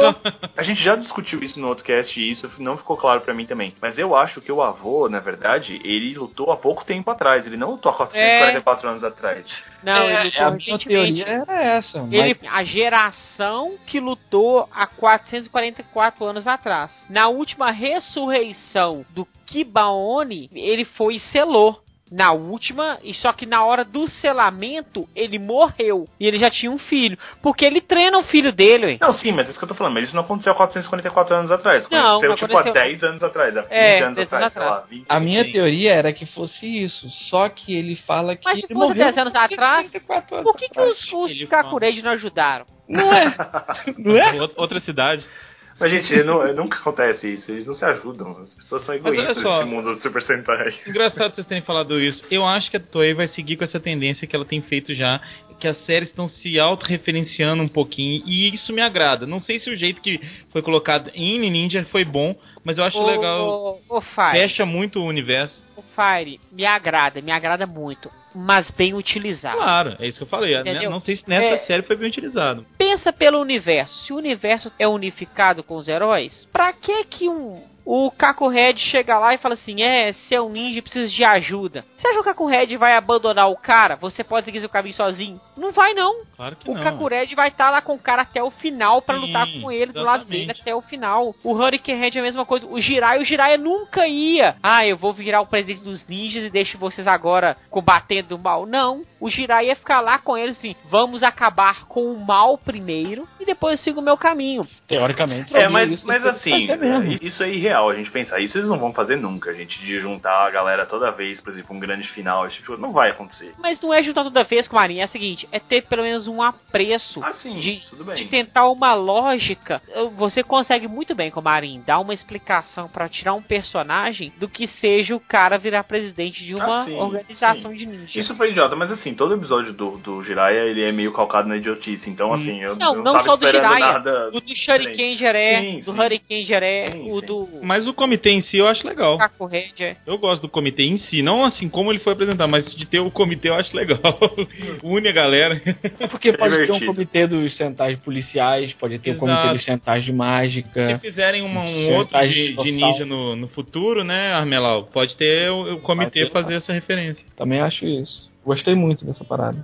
A gente já discutiu isso no outro cast e isso não ficou claro pra mim também. Mas eu acho que o avô, na verdade, ele lutou há pouco tempo atrás. Ele não lutou há 444 anos atrás.
*laughs* Não,
É,
ele
a
lutou
minha
recentemente.
teoria era essa. Mas
Ele, a geração que lutou há 444 anos atrás. Na última ressurreição do Kibaone, ele foi e selou. na última, e só que na hora do selamento ele morreu. E ele já tinha um filho. Porque ele treina o filho dele, ué.
Não, sim, mas é isso que eu tô falando. Mas isso não aconteceu há 444 anos atrás.
Não,
Aconteceu,
não
tipo, há
aconteceu.
10 anos atrás, há 15
É,
anos
10
atrás,
anos
sei lá,
atrás.
20,
A minha
sim.
teoria era que fosse isso, só que ele fala que
Mas se
ele
fosse
morreu
10 anos atrás,
44 anos
Por que, que os,
atrás.
os Kakureid não ajudaram?
Não é? Não é?
Out- Outra cidade.
Mas, gente, não- nunca acontece isso. Eles não se ajudam. As pessoas são
olha
egoístas
só.
nesse mundo do Super Sentai.
Engraçado vocês terem falado isso. Eu acho que a Toei vai seguir com essa tendência que ela tem feito já, que as séries estão se autorreferenciando um pouquinho, e isso me agrada. Não sei se o jeito que foi colocado em Ninja foi bom, mas eu acho
Ô,
legal.
Ô, ô, Fire,
Fecha muito o universo.
ô, Fire, me agrada, me agrada muito. Mas bem utilizado.
Claro, é isso que eu falei. né?
Entendeu?
Não sei se nessa
É.
série foi bem utilizado.
Pensa pelo universo. Se o universo é unificado com os heróis, pra que que um o Kakuhead chega lá e fala assim: "É, seu ninja precisa de ajuda". Você acha que o Kakuhead vai abandonar o cara? Você pode seguir seu caminho sozinho? Não vai não.
Claro que
O
não.
Kakuhead vai estar lá com o cara até o final pra
Sim,
lutar com ele do lado
exatamente.
dele até o final. O Hurricane Head é a mesma coisa. O Jiraiya, o Jiraiya nunca ia. Ah, eu vou virar o presidente dos ninjas e deixo vocês agora combatendo o mal. Não. O Jiraiya ia ficar lá com eles assim, vamos acabar com o mal primeiro e depois eu sigo o meu caminho.
Teoricamente.
É,
seria
mas,
isso
mas
que
então,
eu
assim,
fazia mesmo.
isso é irreal a gente pensar. Isso eles não vão fazer nunca, gente, de juntar a galera toda vez, por exemplo, um grande final. Esse tipo, de coisa. não vai acontecer.
Mas não é juntar toda vez com a Marinha, é o seguinte, é ter pelo menos um apreço.
Ah, sim,
De-
tudo
de
bem.
tentar uma lógica. Eu- Você consegue muito bem com o Marin dar uma explicação pra tirar um personagem do que seja o cara virar presidente de uma
Ah, sim,
organização de ninja.
Isso foi idiota, mas assim, todo episódio do, do Jiraiya, ele é meio calcado na idiotice. Então, assim, eu
Não,
não,
não
tava
só do
esperando
Jiraiya,
nada.
O do Shuriken Jeré,
é Sim,
do
sim.
Hurricane Jeré,
Sim,
o
sim.
do
Mas um o comitê em si eu acho legal.
Kaku Red. é.
Eu gosto do comitê em si, não assim como ele foi apresentado, mas de ter o comitê eu acho legal. *laughs* Une a galera.
É porque pode ter um
divertido.
comitê dos centais policiais, pode ter um comitê
Exato.
dos centais de
Se
mágica.
fizerem uma- um
É. Sim,
outro
faz
de, de ninja
dinossauro.
no, no futuro, né, Armelau? Pode ter o, o comitê
Pode ter.
fazer essa referência.
Também acho isso. Gostei muito dessa parada.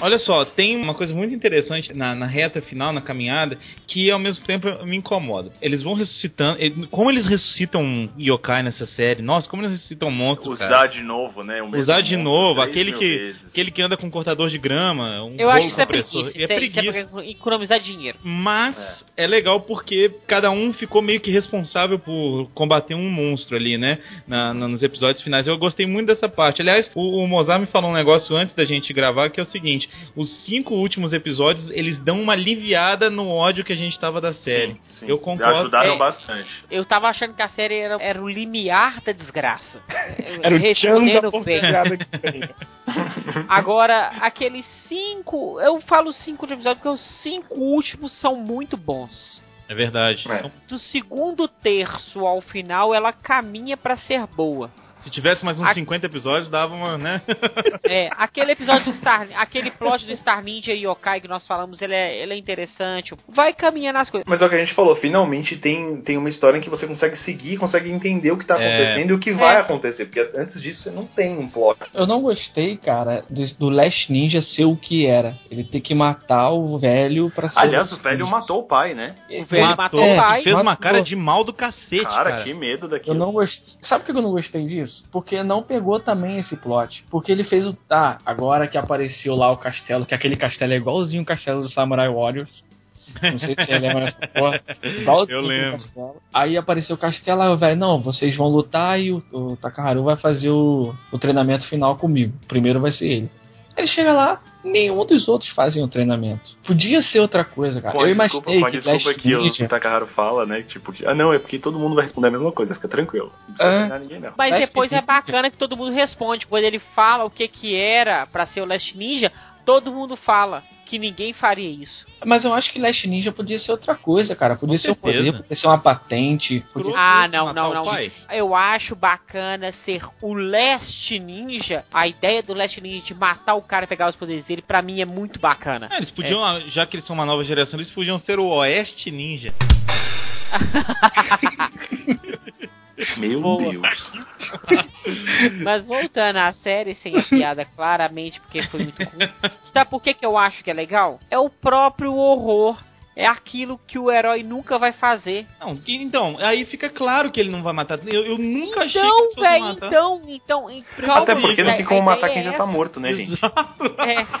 Olha só, tem uma coisa muito interessante na, na reta final, na caminhada, que ao mesmo tempo me incomoda. Eles vão ressuscitando. ele- Como eles ressuscitam um yokai nessa série? Nossa, como eles ressuscitam monstros, cara.
Usar de novo, né? o mesmo
Usar de
monstro
novo,
três
aquele
mil
que-
vezes.
Aquele que anda com um cortador de grama, um
Eu acho que
rolo
isso é
compressor.
preguiça. Isso
É preguiça.
pra economizar dinheiro.
Mas é. legal porque cada um ficou meio que responsável por combater um monstro ali, né? Na- na- nos episódios finais. Eu gostei muito dessa parte. Aliás, o, o Mozart me falou um negócio antes da gente gravar que é o seguinte: os cinco últimos episódios eles dão uma aliviada no ódio que a gente tava da série.
Sim, sim.
Eu concordo.
Ajudaram
É.
bastante.
Eu tava achando que a série era, era o limiar da desgraça.
Era o tchan da
Respondendo bem.
porcariada que tem.
Agora, aqueles cinco. Eu falo cinco de episódio porque os cinco últimos são muito bons.
É verdade.
É.
Então,
Do segundo terço ao final, ela caminha pra ser boa.
se tivesse mais uns
A-
50 episódios, dava uma, né?
É, aquele episódio do Star. Aquele plot do Star Ninja e Yokai que nós falamos, ele é, ele é interessante. Vai caminhando as coisas.
Mas é o que a gente falou, finalmente tem, tem uma história em que você consegue seguir, consegue entender o que tá
É.
acontecendo e o que vai acontecer. Porque antes disso você não tem um plot.
Eu não gostei, cara, do, do Last Ninja ser o que era. Ele ter que matar o velho pra ser.
Aliás, o velho matou o pai, né?
O velho matou, o
é,
pai.
Fez uma
Matou.
cara de mal do cacete, cara.
Cara, que medo
Eu
daquilo.
não gostei. Sabe por que eu não gostei disso? Porque não pegou também esse plot. Porque ele fez o. Tá, agora que apareceu lá o castelo, que aquele castelo é igualzinho o castelo do Samurai Warriors. Não sei se você lembra
*laughs*
dessa porra. Igualzinho
Eu
aquele
lembro.
castelo. Aí apareceu o castelo, aí o velho, não, vocês vão lutar e o, o Takaharu vai fazer o, o treinamento final comigo. Primeiro vai ser ele. Ele chega lá, nenhum dos outros fazem o treinamento. Podia ser outra coisa, cara.
Com a
eu
desculpa,
imaginei
com a
que
desculpa
Last
que o
Ninja-
Takaharu fala, né? Tipo, que, ah não, é porque todo mundo vai responder a mesma coisa, fica tranquilo. Não precisa
É.
enganar ninguém, não.
Mas
Last
depois é
Ninja.
bacana que todo mundo responde. Quando ele fala o que que era pra ser o Last Ninja, todo mundo fala que ninguém faria isso.
Mas eu acho que Last Ninja podia ser outra coisa, cara. Podia
Com
ser um
certeza.
poder, podia ser uma patente. Podia...
Ah,
Esse
não,
matar
não,
o
não.
pai.
Eu acho bacana ser o Last Ninja. A ideia do Last Ninja de matar o cara e pegar os poderes dele, pra mim é muito bacana.
Ah, eles podiam,
É.
ah, já que eles são uma nova geração, eles podiam ser o Oeste Ninja.
Meu
Boa.
Deus.
Mas voltando à série, sem a piada, claramente, porque foi muito curto. Sabe por que, que eu acho que é legal? É o próprio horror. É aquilo que o herói nunca vai fazer.
Não, que- então, aí fica claro que ele não vai matar. Eu, eu nunca achei que
Então,
ele fosse
velho,
matar.
então, então, e- calma,
Até porque não
a-
tem como
a
matar
ideia
quem já
é
tá morto, né, gente?
Exato.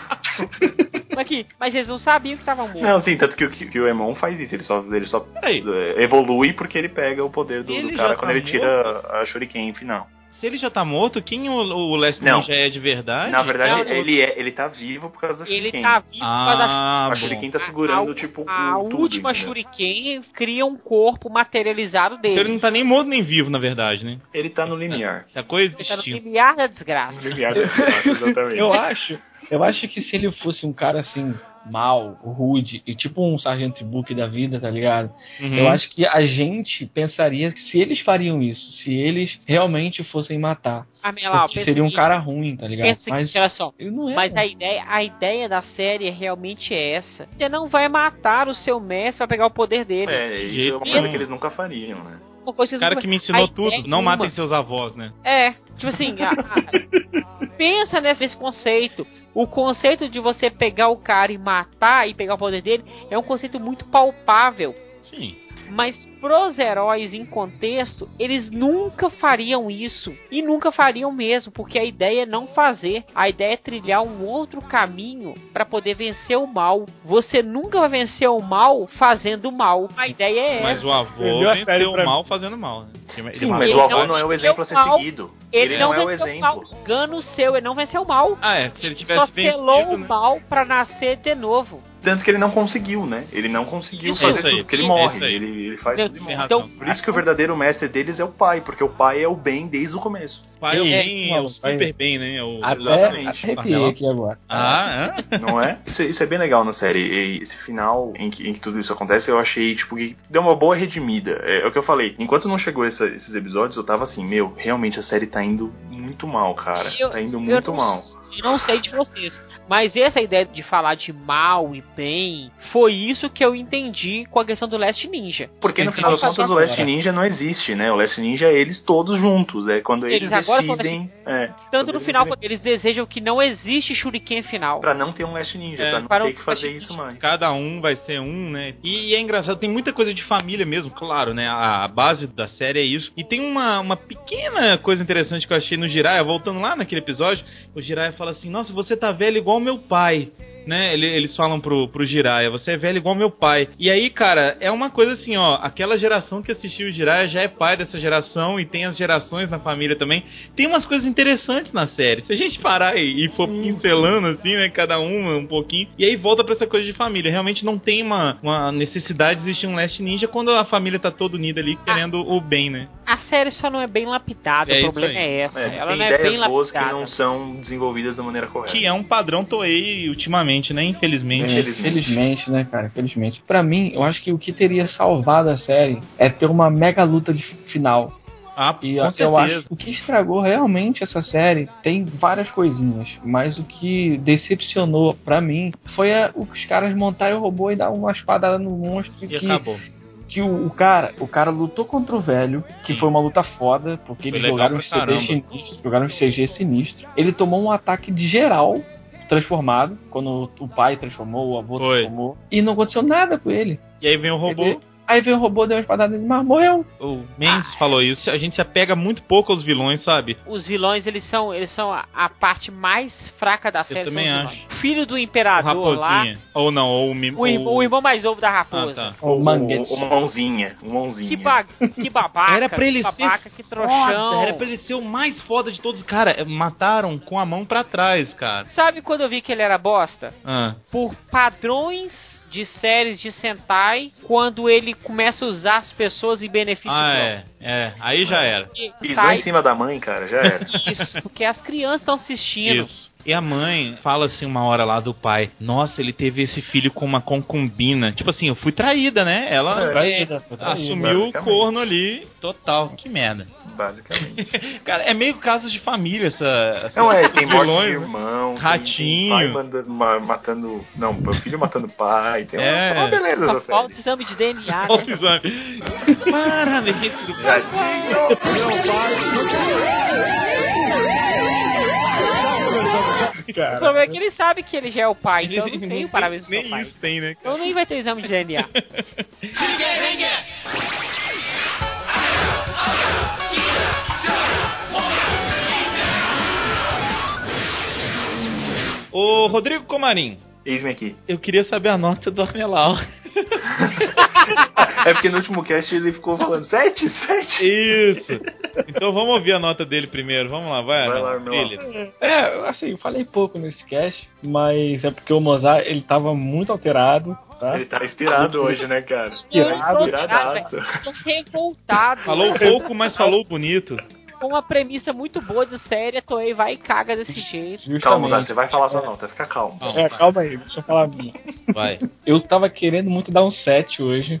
essa. É. Mas Aqui, mas eles não sabiam que estavam mortos.
Não, sim, tanto que, o- que o Emon faz isso, ele só, ele só
Aí,
é, evolui porque ele pega o poder do,
Ele
do
já
cara
tá
quando ele tira a Shuriken final.
se ele já tá morto, quem o, o Last
Não.
Ninja é de verdade?
Na verdade,
não.
ele, é, ele tá vivo por causa da
Ele
Shuriken.
tá vivo por causa da
Ah,
a
bom.
Shuriken tá segurando,
a-
tipo, o
A
tudo,
última
entendeu?
Shuriken cria um corpo materializado
Então ele
dele.
não tá nem morto nem vivo, na verdade, né?
Ele tá no limiar.
Tá
Ele tá no
coexistindo.
limiar da desgraça.
*laughs* Limiar da
*laughs*
desgraça, exatamente.
Eu acho, eu acho que se ele fosse um cara assim, mal, rude, e tipo um Sargento Book da vida, tá ligado?
Uhum.
Eu acho que a gente pensaria que se eles fariam isso, se eles realmente fossem matar.
Ah, meu lá, ó,
porque
pensa
seria um
aqui,
cara ruim, tá ligado?
Pensa aqui,
Mas
olha só.
ele não é.
Mas
mano.
a ideia, a ideia da série realmente é essa. Você não vai matar o seu mestre pra pegar o poder dele.
É, isso é uma
Jeito
coisa
um
nenhum.
que eles nunca fariam, né?
Uma coisa
O
vocês
cara
não-
que me ensinou
a ideia
tudo, não
é
matem
uma.
seus avós, né?
É, tipo assim, a- a- pensa nesse nesse conceito. O conceito de você pegar o cara e matar e pegar o poder dele é um conceito muito palpável.
Sim.
Mas pros heróis em contexto, eles nunca fariam isso. E nunca fariam mesmo, porque a ideia é não fazer. A ideia é trilhar um outro caminho para poder vencer o mal. Você nunca vai vencer o mal fazendo mal. A ideia é
Mas
essa.
o avô
Entendeu a série
venceu
pra
o mal fazendo mal, né? Ele
Sim,
matou
mas
ele
o avô
não-
não é o
ele
exemplo a
é
ser
o mal.
seguido.
Ele,
Ele
não,
não é o
venceu o mal.
exemplo.
Gano seu, ele não venceu o mal.
Ah, é, se ele
Só
tivesse
selou
vencido,
o
né?
mal pra nascer de novo.
Tanto que ele não conseguiu, né? Ele não conseguiu
Isso
fazer
aí,
tudo, porque ele
isso
morre.
aí.
Ele, ele faz
Entendeu?
tudo e
Tem
morre.
razão.
Então,
Por isso que o verdadeiro mestre deles é o pai, porque o pai é o bem desde o começo.
O pai é o
É,
bem,
isso,
é o
maluco,
super
aí.
bem, né? É o-
Até
Exatamente.
arrepiei
Marcelo.
aqui agora.
Ah, é?
Não é? *laughs* Isso, isso é bem legal na série. E esse final em que, em que tudo isso acontece, eu achei, tipo, que deu uma boa redimida. É, é o que eu falei. Enquanto não chegou essa- esses episódios, eu tava assim, meu, realmente a série tá indo muito mal, cara.
Eu-
tá indo muito
eu não,
mal.
Eu não sei de vocês, mas essa ideia de falar de mal e bem foi isso que eu entendi com a questão do Last Ninja.
Porque no
Tem
final das
que
contas
fazer
o Last
agora.
Ninja não existe, né? O Last Ninja é eles todos juntos. É quando eles,
Eles agora são
decidem. É,
Tanto no
Poderia
final,
ser.
quando eles desejam que não existe Shuriken final.
pra não ter um Last Ninja,
É,
pra não
para
ter
o
que fazer
Last
isso
Ninja.
mais.
Cada um vai ser um, né? E é engraçado, tem muita coisa de família mesmo, claro, né? A a base da série é isso. E tem uma, uma pequena coisa interessante que eu achei no Jiraiya, voltando lá naquele episódio, o Jiraiya fala assim, nossa, você tá velho igual meu pai. Né, Ele- eles falam pro, pro Jiraiya, você é velho igual meu pai. E aí, cara, é uma coisa assim, ó, aquela geração que assistiu o Jiraiya já é pai dessa geração e tem as gerações na família também. Tem umas coisas interessantes na série. Se a gente parar e, e for pincelando, assim, né? Cada uma um pouquinho. E aí volta pra essa coisa de família. Realmente não tem uma, uma necessidade de existir um Last Ninja quando a família tá toda unida
Ah.
ali, querendo o bem, né?
A série só não é bem lapidada,
É
o
isso
problema
aí.
é essa.
É,
Ela
tem
não é bem
ideias boas que
lapidada.
não são desenvolvidas da maneira correta.
Que é um padrão Toei ultimamente, né? Infelizmente.
É,
Infelizmente.
Felizmente, né, cara? Felizmente. Pra mim, eu acho que o que teria salvado a série é ter uma mega luta de final.
Ah,
E
com
eu acho
certeza.
que o que estragou realmente essa série tem várias coisinhas, mas o que decepcionou pra mim foi a- o que os caras montarem o robô e dar uma espadada no monstro
E
que,
acabou.
que o, o cara, o cara lutou contra o velho, que
Sim.
foi uma luta foda, porque
Foi
eles
legal
jogaram um
pra
CD
caramba.
sinistro, jogaram um CG sinistro. Ele tomou um ataque de geral transformado, quando o pai transformou, o avô
Foi.
transformou, e não aconteceu nada com ele.
E aí vem o robô.
Ele- aí veio o robô, deu uma espadada nele, mas morreu.
O Mendes
Ah.
falou isso. A gente se apega muito pouco aos vilões, sabe?
Os vilões, eles são, eles são a, a parte mais fraca da série. são
também
os vilões. O filho Ah, do imperador lá,
Raposinha. Ou não, ou o Mim.
o, irmão- o irmão mais novo da
Ah,
raposa.
tá.
O, Manguete.
o, o mãozinha, o mãozinha.
Que, ba que babaca,
Era pra ele
que
ser
babaca, que trouxão.
Foda, era É pra ele ser o mais foda de todos. Cara, é, mataram com a mão pra trás, cara.
Sabe quando eu vi que ele era bosta?
Ah,
Por padrões de séries de Sentai, quando ele começa a usar as pessoas em benefício
Ah,
próprio.
é. É, aí já era.
Porque
Pisou
sai
em cima da mãe, cara, já era.
*laughs* Isso, porque as crianças estão assistindo.
Isso. E a mãe fala assim uma hora lá do pai, nossa, ele teve esse filho com uma concubina. Tipo assim, eu fui traída, né?
É,
Ela
Traíra, foi traíra.
assumiu o
basicamente.
corno ali. Total, que merda.
basicamente.
Cara, é meio casos de família essa. essa
Não é,
esses
tem morte
*laughs*
de
vilões, né?
irmão, tem-
Ratinho.
tem pai mandando, ma- matando. Não, meu filho matando pai. Tem
É.
uma, uma beleza
Só
essa
Tá falta
série.
exame de DNA.
Olha
né?
o exame. Parabéns, tudo bem?
O
Cara,
problema é que ele sabe que ele já é o pai,
*laughs*
então não tem o parabéns pro
Nem
seu pai.
isso tem, né? cara?
Então nem vai ter exame de DNA.
Ô, Rodrigo Comarim,
Eis-me aqui.
eu queria saber a nota do Armelau.
É porque no último cast ele ficou falando sete, sete.
Isso. Então vamos ouvir a nota dele primeiro. Vamos lá, vai.
Vai lá,
Armelau.
Armelau.
Brilha.
É, assim, eu falei pouco nesse cast, mas é porque o Mozart, ele tava muito alterado, tá?
Ele tá inspirado hoje, né, cara?
Inspirado.
Inspiradaço.
Tô revoltado.
Falou pouco, mas falou bonito.
Com uma premissa muito boa de série, a Toei vai e caga desse jeito.
Justamente.
Calma, Zé, você vai falar sua nota, fica calmo.
Não,
É, calma aí, deixa eu falar a minha.
vai.
Eu tava querendo muito dar um 7 hoje.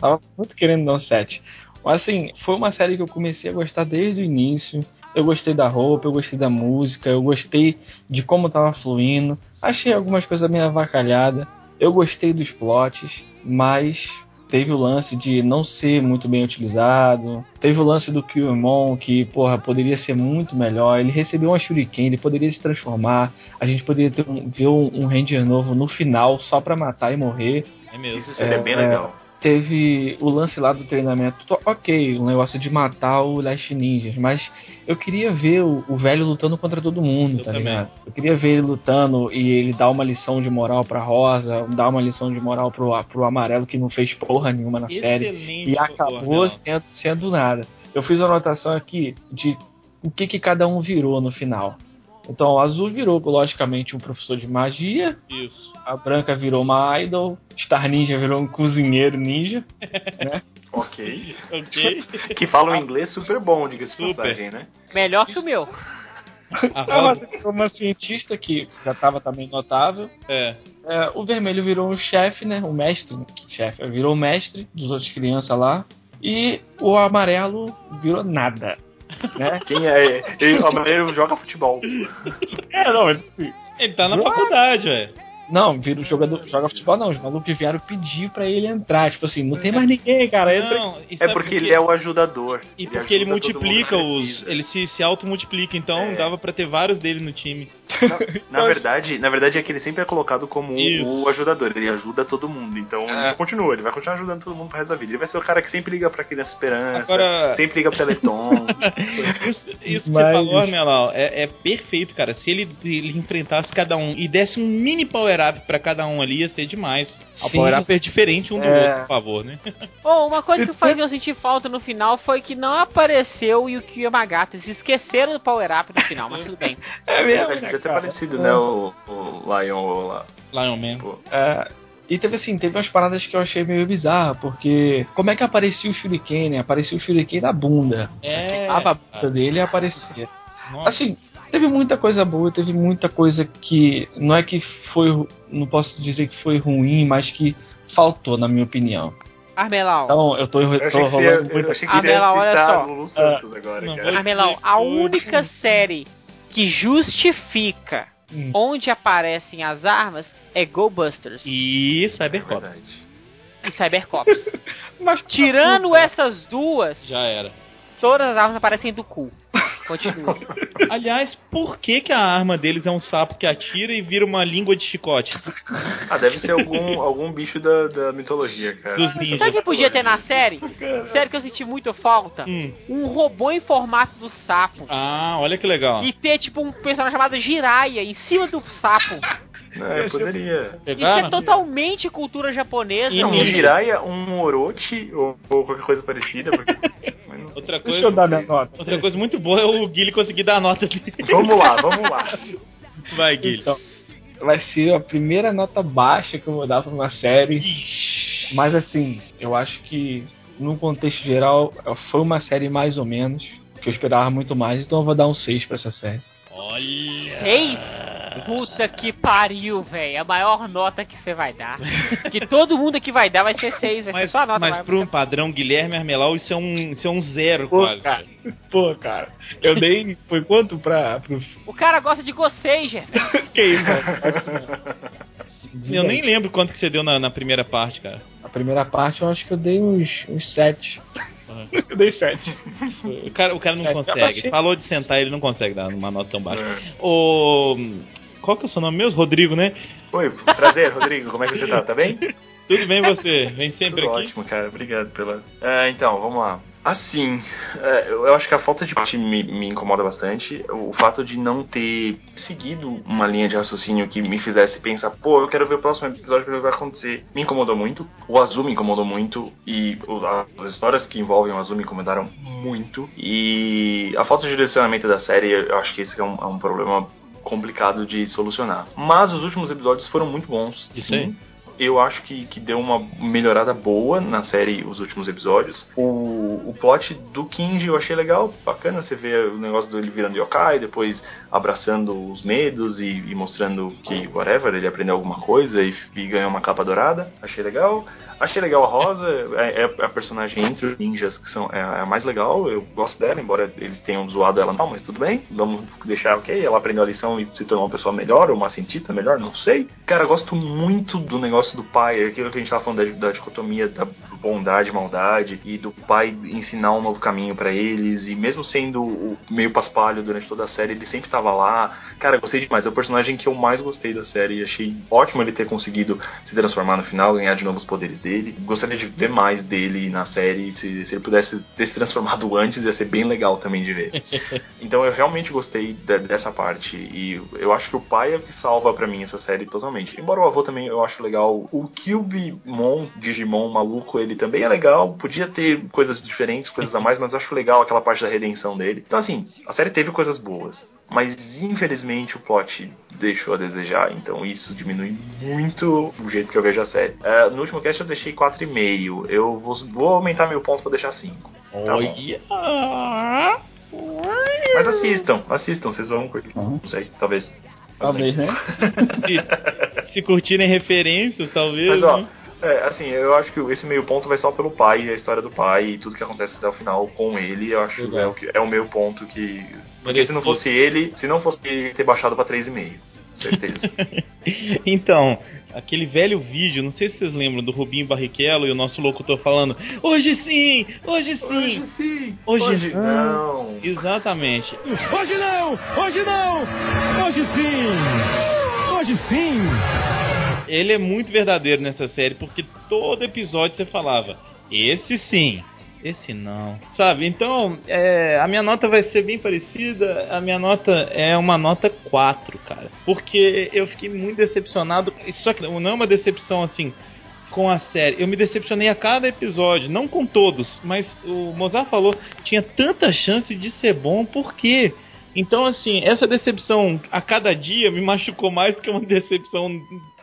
Tava muito querendo dar um 7. Mas assim, foi uma série que eu comecei a gostar desde o início. Eu gostei da roupa, eu gostei da música, eu gostei de como tava fluindo. Achei algumas coisas meio avacalhadas. Eu gostei dos plots, mas teve o lance de não ser muito bem utilizado. Teve o lance do Kyuemon, que, porra, poderia ser muito melhor. Ele recebeu uma Shuriken, ele poderia se transformar. A gente poderia ter um- ver um, um Ranger novo no final, só pra matar e morrer
*laughs* É mesmo.
Isso seria
É,
bem
é.
legal.
teve o lance lá do treinamento, to- ok, o negócio de matar o Last Ninjas, mas eu queria ver o, o velho lutando contra todo mundo,
Eu
tá
também.
ligado? Eu queria ver ele lutando e ele dar uma lição de moral pra Rosa, dar uma lição de moral pro, a- pro Amarelo que não fez porra nenhuma na série
Excelente.
e
doutor
acabou
Armelau.
sendo, sendo nada. Eu fiz uma anotação aqui de o que, que cada um virou no final. Então, o azul virou, logicamente, um professor de magia.
Isso.
A branca virou uma idol. Star Ninja virou um cozinheiro ninja.
Ok.
Ok.
Que fala um inglês super bom, diga-se de
Super.
passagem, né?
Melhor que o meu.
A
É uma,
rosa,
uma cientista que já estava também notável.
é.
É, o vermelho virou um chefe, né? O mestre, chefe, virou o mestre dos outros crianças lá. E o amarelo virou nada. Né?
*laughs* Quem é? Ele, o Amarelo joga futebol.
é, não, ele sim.
Ele tá na faculdade, ué.
Não, vira o jogador, joga futebol não. Os malucos vieram pedir pra ele entrar. Tipo assim, não tem mais ninguém, cara. Entra
Não, e
É
sabe por
porque
quê?
ele é o ajudador.
E porque ele
ajuda todo mundo
multiplica
que
os.
precisa.
Ele se, se auto-multiplica, então
É.
dava pra ter vários dele no time.
Na verdade, na verdade é que ele sempre é colocado como
Isso.
o ajudador. Ele ajuda todo mundo. Então
É.
isso continua. Ele vai continuar ajudando todo mundo pro resto da vida. Ele vai ser o cara que sempre liga pra Criança Esperança.
Agora-
Sempre liga pro Teleton.
Isso, isso que você
Mas-
falou, Armelau, é, é perfeito, cara. Se ele, ele enfrentasse cada um e desse um mini power-up pra cada um ali, ia ser demais. O
Sim.
power-up é diferente um do
É.
outro, por favor, né?
Bom, uma coisa que fazia eu sentir falta no final foi que não apareceu o Yukio Yamagata. Eles esqueceram do Power Up no final, mas tudo bem.
É
Ele devia ter parecido, né? O, o Lion lá.
Lion Man.
É, e teve assim, teve umas paradas que eu achei meio bizarra, porque como é que aparecia o Shuriken, né? Aparecia o Shuriken da bunda.
É.
Ficava a
cara.
bunda dele e aparecia.
Nossa.
Assim, teve muita coisa boa, teve muita coisa que não é que foi, ru- não posso dizer que foi ruim, mas que faltou, na minha opinião.
Armelau.
Então, eu tô,
Eu
eu
achei
tô
que você ia,
rolando
eu
muito.
achei que você ia
Abela, Ah, olha
citar
só.
Lulu Santos agora,
não
cara.
vou-
Armelão, a
Uhum.
única série que justifica
Hum.
onde aparecem as armas é Go Busters
E
É
Cybercop.
verdade.
e
*laughs*
Cybercops. Tirando essas duas,
Já era.
todas as armas aparecem do cu.
*laughs*
Continua.
Aliás, por que, que a arma deles é um sapo que atira e vira uma língua de chicote?
Ah, deve ser algum, algum bicho da, da mitologia, cara. Né,
Dos
Sabe
ninjas.
o que podia ter
*laughs*
na série? Sério que eu senti muito falta?
Hum.
Um robô em formato do sapo.
Ah, olha que legal.
E ter, tipo, um personagem chamado Jiraiya em cima do sapo.
Tá
É, poderia.
Isso é
Pegaram?
totalmente cultura japonesa.
E
Não, um
Ninja.
Jiraiya, um Orochi ou, ou qualquer coisa parecida. porque- mas não-
Outra coisa.
Deixa eu dar minha nota.
Outra coisa muito boa é o Guile conseguir dar a nota dele. *laughs*
Vamos lá, vamos lá.
Vai, Guile.
Então, vai ser a primeira nota baixa que eu vou dar pra uma série. Mas assim, eu acho que no contexto geral foi uma série mais ou menos. Que eu esperava muito mais, então eu vou dar um 6 pra essa série.
Olha.
Seis? Puta que pariu, velho. A maior nota que você vai
*laughs*
dar. Que todo mundo aqui vai dar vai ser seis. Vai *laughs* ser
Mas,
sua nota.
mas
vai.
pro padrão Guilherme Armelau, isso é um, isso é um zero,
Pô,
quase.
cara, pô, cara. Eu dei. Foi quanto pra. Pro...
O cara gosta de Gossager, velho.
Que isso, cara?
Eu nem lembro quanto que você deu na, na primeira parte, cara.
A primeira parte eu acho que eu dei uns, uns sete. eu dei sete.
O cara, o cara não
É,
consegue.
abaixei.
Falou de sentar, ele não consegue dar uma nota tão baixa. O. Qual que é o seu nome mesmo? Rodrigo, né?
Oi, prazer, Rodrigo. Como é que você tá? Tá bem?
Tudo bem você? Vem sempre
Tudo
aqui.
ótimo, cara. Obrigado pela. É, então, vamos lá. Assim, é, eu eu acho que a falta de time me, me incomoda bastante. O, o fato de não ter seguido uma linha de raciocínio que me fizesse pensar, pô, eu quero ver o próximo episódio pra ver o que vai acontecer, me incomodou muito. O Azul me incomodou muito. E o- a- as histórias que envolvem o Azul me incomodaram muito. E a falta de direcionamento da série, eu acho que esse é um, é um problema complicado de solucionar. Mas os últimos episódios foram muito bons.
Isso
sim.
aí.
Eu acho que, que deu uma melhorada boa na série os últimos episódios. O, o plot do Kinji eu achei legal, bacana você ver o negócio dele virando yokai, depois abraçando os medos e, e mostrando que, whatever, ele aprendeu alguma coisa e, e ganhou uma capa dourada. Achei legal. Achei legal a Rosa, é, é a personagem entre os ninjas que são, é, a mais legal, eu gosto dela, embora eles tenham zoado ela não, mas tudo bem, vamos deixar ok, ela aprendeu a lição e se tornou uma pessoa melhor, ou uma cientista melhor, não sei. Cara, eu gosto muito do negócio do pai, é aquilo que a gente tava falando da, da dicotomia da bondade, maldade, e do pai ensinar um novo caminho pra eles, e mesmo sendo o meio paspalho durante toda a série, ele sempre tava lá. Cara, eu gostei demais, é o personagem que eu mais gostei da série, e achei ótimo ele ter conseguido se transformar no final, ganhar de novo os poderes dele. Gostaria de ver mais dele na série. Se, se ele pudesse ter se transformado *laughs* antes, ia ser bem legal também de ver. então eu realmente gostei de- dessa parte. E eu acho que o pai é o que salva pra mim essa série totalmente. Embora o avô também eu acho legal. O Cubemon, Digimon maluco, ele também é legal. Podia ter coisas diferentes, coisas a mais, mas eu acho legal aquela parte da redenção dele. Então assim, a série teve coisas boas. Mas infelizmente o plot deixou a desejar, então isso diminui muito o jeito que eu vejo a série. É, no último cast eu deixei 4,5. Eu vou, vou aumentar meu ponto pra deixar 5. Tá bom.
Ah,
Mas assistam, assistam, vocês vão curtir.
Uhum.
Não sei, talvez.
Talvez, né?
*laughs*
Se curtirem referências, talvez.
Mas ó,
né?
é, assim, eu acho que esse meio ponto vai só pelo pai, a história do pai e tudo que acontece até o final com ele, eu acho que é o, que, é o meu ponto que. Porque se não fosse ele, se não fosse ele, eu ia ter baixado pra 3,5.
*laughs*
Certeza.
Então, aquele velho vídeo, não sei se vocês lembram, do Rubinho Barrichello e o nosso locutor falando: Hoje sim! Hoje sim!
sim,
Hoje
não.
Exatamente.
Hoje não! Hoje não! Hoje sim! Hoje sim!
Ele é muito verdadeiro nessa série, porque todo episódio você falava: Esse sim. Esse não. Sabe? Então, é, a minha nota vai ser bem parecida. A minha nota é uma nota 4, cara. Porque eu fiquei muito decepcionado. Só que não é uma decepção assim com a série. Eu me decepcionei a cada episódio, não com todos, mas o Mozart falou, tinha tanta chance de ser bom, por quê? Então, assim, essa decepção a cada dia me machucou mais do que uma decepção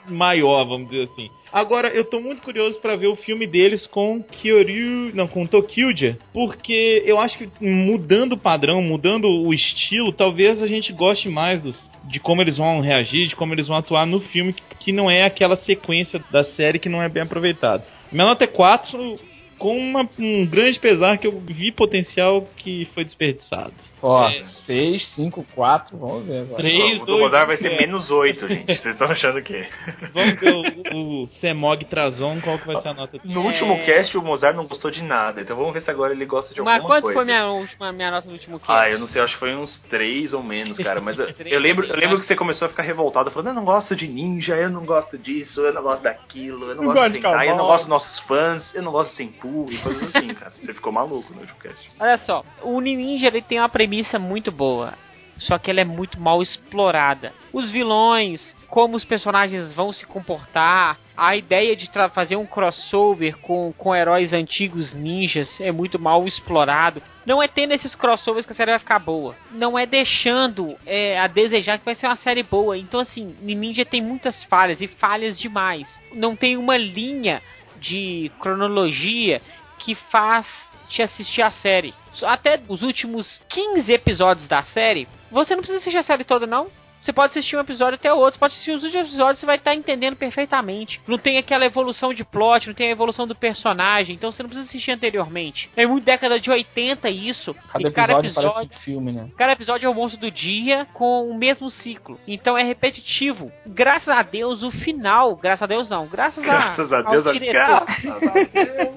maior, vamos dizer assim. Agora, eu tô muito curioso pra ver o filme deles com Kyoryu, não, com Tokyuja, porque eu acho que mudando o padrão, mudando o estilo, talvez a gente goste mais dos, de como eles vão reagir, de como eles vão atuar no filme, que- que não é aquela sequência da série que não é bem aproveitada. Minha nota é 4, com uma- um grande pesar que eu vi potencial que foi desperdiçado.
Ó,
É.
seis, cinco, quatro, vamos ver agora.
Três,
o do
dois,
Mozart vai ser
um.
menos 8, gente. Vocês estão achando
*laughs*
o quê?
Vamos ver o, o Semog Trazon, qual que vai ser a nota dele.
No último cast o Mozart não gostou de nada, então vamos ver se agora ele gosta de
É. Mas
alguma
quanto
coisa.
foi minha, última, minha nota do último cast?
Ah, eu não sei, acho que foi uns três ou menos, cara. Mas eu, eu lembro, eu lembro que você começou a ficar revoltado, falando: eu não gosto de ninja, eu não gosto disso, eu não gosto daquilo, eu não, gosto de Sentai, eu não gosto dos nossos fãs, eu não gosto de Senpu, e coisas assim, cara. Você ficou maluco no último cast.
Olha só, o Ninja ele tem uma premissa muito boa, só que ela é muito mal explorada. Os vilões, como os personagens vão se comportar, a ideia de tra- fazer um crossover com, com heróis antigos ninjas é muito mal explorado. Não é tendo esses crossovers que a série vai ficar boa. Não é deixando é, a desejar que vai ser uma série boa. Então, assim, Ninja tem muitas falhas e falhas demais. Não tem uma linha de cronologia que faz te assistir a série. Até os últimos 15 episódios da série, você não precisa assistir a série toda, não. Você pode assistir um episódio até outro, você pode assistir os últimos episódios, você vai estar entendendo perfeitamente. Não tem aquela evolução de plot, não tem a evolução do personagem, então você não precisa assistir anteriormente. É muito década de 80 isso.
Cada
e cada
episódio,
episódio
parece um filme, né?
Cada episódio é o monstro do dia com o mesmo ciclo. Então é repetitivo. Graças a Deus, o final. Graças a Deus, não. Graças,
Graças a
ao
Deus, é ah, a-
diretor.
graças a Deus.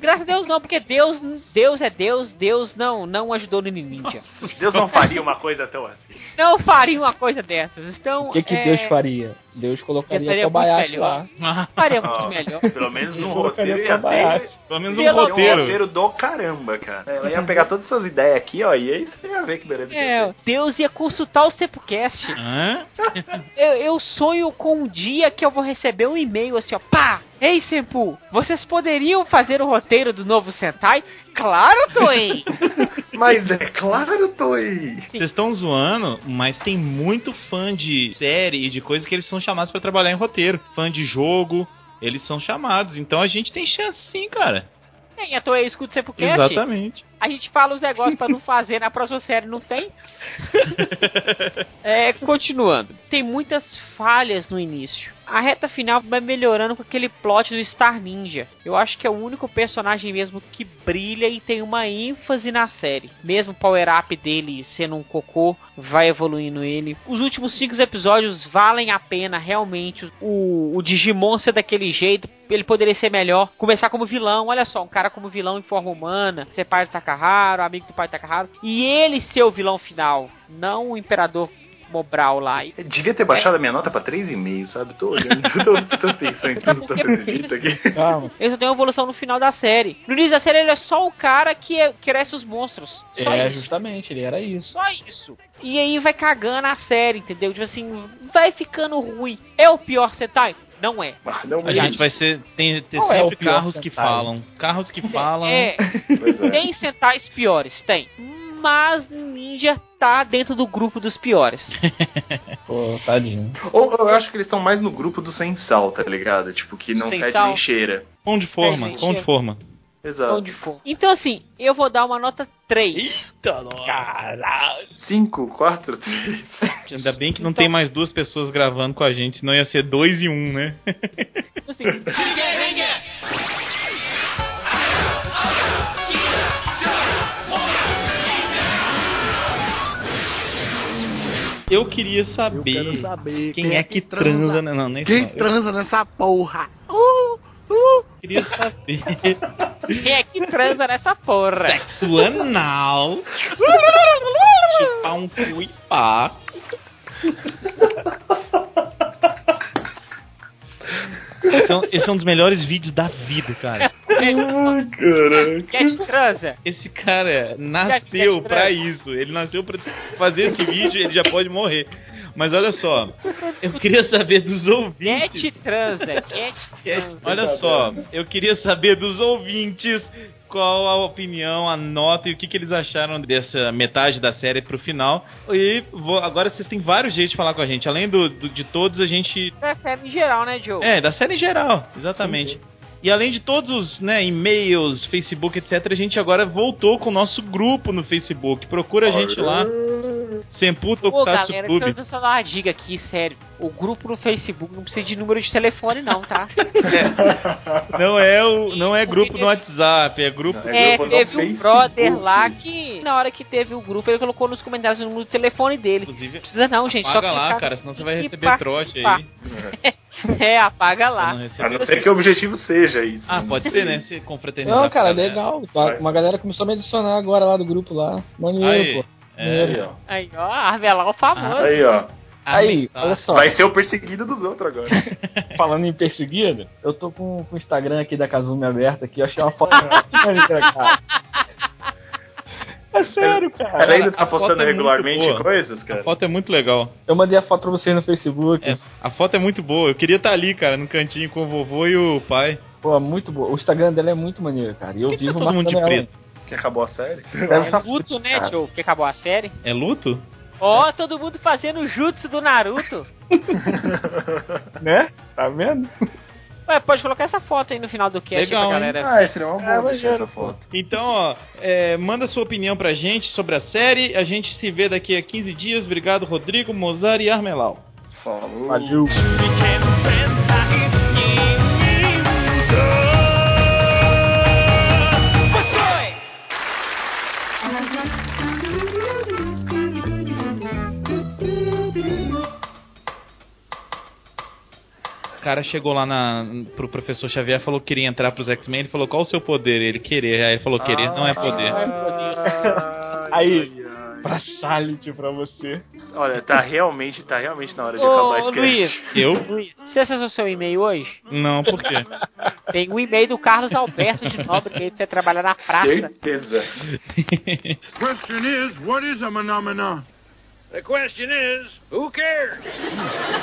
Graças a Deus, não, porque Deus, Deus é Deus, Deus não, não ajudou no Ninja.
ah, Deus não faria uma coisa tão assim.
Não faria uma coisa dessas. Então,
O que, que
é,
Deus faria? Deus
Eu
colocaria
seria
Kobayashi
muito
lá.
Ah,
faria
Ó,
muito melhor.
Pelo menos um roteiro
Deus colocaria
ia ter.
Kobayashi.
Pelo menos
Pelo
um
amor
Ia ter Um
roteiro.
roteiro do caramba, cara. Ela ia pegar todas essas ideias aqui, ó, e aí você ia ver que beleza. que ia
É, Deus ia consultar o Sepcast.
Hã?
Eu, eu sonho com um dia que eu vou receber um e-mail assim, ó, pá! Ei, Senpu, vocês poderiam fazer o roteiro do novo Sentai? Claro,
*laughs*
Toen!
ser. Mas é claro, Toy.
Vocês estão zoando, mas tem muito fã de série e de coisa que eles são chamados pra trabalhar em roteiro. Fã de jogo, eles são chamados. Então a gente tem chance sim, cara.
Tem, a Toei escuta o Sepcast?
Exatamente.
A gente fala os negócios pra não fazer na próxima série, não tem? é, continuando. Tem muitas falhas no início. A reta final vai melhorando com aquele plot do Star Ninja. Eu acho que é o único personagem mesmo que brilha e tem uma ênfase na série. Mesmo o power-up dele sendo um cocô, vai evoluindo ele. Os últimos cinco episódios valem a pena, realmente. O, o Digimon ser daquele jeito, ele poderia ser melhor. Começar como vilão, olha só, um cara como vilão em forma humana, ser pai do Takaharo, amigo do pai do Takaharo. E ele ser o vilão final, não o Imperador Mobral lá. E-
Eu devia ter baixado a minha nota pra 3,5, sabe? Tô olhando, *laughs* tô, tô pensando em tudo, tô sendo dito aqui.
Calma.
Ele só tem uma evolução no final da série. No início da série ele é só o cara que é- cresce os monstros. *laughs* Só
É,
isso.
justamente, ele era isso.
Só isso. E aí vai cagando a série, entendeu? Tipo assim, vai ficando ruim. É o pior Sentai? Não é.
Ah, não
A
mesmo.
gente vai ser, tem, ter
Qual é
sempre
o pior
carros que
Sentai?
falam. Carros que falam.
É,
Pois é.
tem Sentais piores, tem. Mas Ninja tá dentro do grupo dos piores.
Pô, tadinho.
Ou eu acho que eles estão mais no grupo do sem sal, tá ligado? Tipo, que não
Sem
cai de
sal.
lixeira.
Pão de forma,
Tem, gente.
pão de forma.
Exato.
Onde for. Então assim, eu vou dar uma nota 3.
Caralho.
5, *laughs* 4, 3.
Ainda bem que não
Então-
tem mais duas pessoas gravando com a gente, senão ia ser dois e um, né?
Assim,
*laughs* Eu queria saber,
Eu quero saber
quem é que transa. Não, não, é isso
Quem
não.
transa nessa porra? Uh, uh.
Eu queria saber.
quem é que transa nessa porra?
Sexo anal. Chupar um cu e pá. Esse é, um, esse é um dos melhores vídeos da vida, cara.
Quem é que transa?
Esse cara nasceu pra isso. Ele nasceu pra fazer esse vídeo, ele já pode morrer. Mas olha só, eu queria saber dos ouvintes.
Get É transa, get transa.
Olha só, eu queria saber dos ouvintes qual a opinião, a nota e o que, que eles acharam dessa metade da série pro final. E vou- agora vocês têm vários jeitos de falar com a gente. Além do, do- de todos, a gente.
Da série em geral, né, Joe?
É, da série em geral, exatamente. E além de todos os né, e-mails, Facebook, etc., a gente agora voltou com o nosso grupo no Facebook. Procura a gente lá. Sempu
Ô,
Tokusatsu
galera,
Clube.
então eu só dar uma dica aqui, sério. O grupo no Facebook não precisa de número de telefone, não, tá?
Não é, o, não
*laughs*
é grupo no WhatsApp, é grupo
É,
grupo no
teve um
Facebook. né?
brother
*laughs*
lá que, na hora que teve o grupo, ele colocou nos comentários o número do telefone dele.
Inclusive,
Precisa não, gente. só
paga lá,
clicar
cara, senão você vai
e
receber trote
participar.
aí.
É, apaga
pra
lá.
não
A
receber
não ser que o objetivo seja isso.
Ah,
Não
pode
sei.
ser, né? Se confraternizar.
Não, cara,
com a
legal. Tá, Uma galera começou a me adicionar agora lá do grupo lá. Maneiro,
Aí,
pô.
é,
Aí, ó.
Aí, ó, Arvelar é o famoso.
Aí, ó.
Aí,
tá.
olha só.
Vai ser o perseguido dos outros agora.
É.
Falando em perseguido, eu tô com, com o Instagram aqui da Kazumi aberto aqui, eu achei uma foto muito *laughs* maneira, cara. É sério,
Ela
cara.
Cara,
ainda tá
a foto
postando
é muito
regularmente
boa.
coisas,
A
cara?
foto é muito legal.
Eu mandei a foto pra vocês no Facebook.
É, a foto é muito boa. Eu queria estar ali, cara, no cantinho com o vovô e o pai.
Pô, muito boa. O Instagram dela é muito maneiro, cara. E eu
Por que tá
vivo
todo mundo de
marcando ela.
preto?
Que acabou a série?
Deve
É
tá-
luto, né, Joe? Que acabou a série.
É luto?
Ó, todo mundo fazendo o jutsu do Naruto.
né? Tá vendo?
Ué, pode colocar essa foto aí no final do cast
Legal,
pra
hein?
galera.
Ah, seria uma boa
É,
deixar
maneiro,
essa foto.
Então, ó, é, manda sua opinião pra gente sobre a série. A gente se vê daqui a 15 dias. Obrigado, Rodrigo, Mozart e Armelau.
Falou.
Valeu.
O cara chegou lá na, pro professor Xavier, falou que queria entrar pros X-Men. Ele falou: qual o seu poder? Ele querer. Aí ele falou: querer não é poder.
Ah. Aí.
ai, ai.
Pra Sality, pra você.
Olha, tá realmente, tá realmente na hora de acabar
Ô,
esse
Luiz,
cast.
Eu?
Luiz, você acessou seu e-mail hoje?
Não, por quê?
Tem um e-mail do Carlos Alberto de Nobre, que é ele precisa trabalhar na praça.
Certeza.
Question is, what is a phenomenon? The question is, who cares?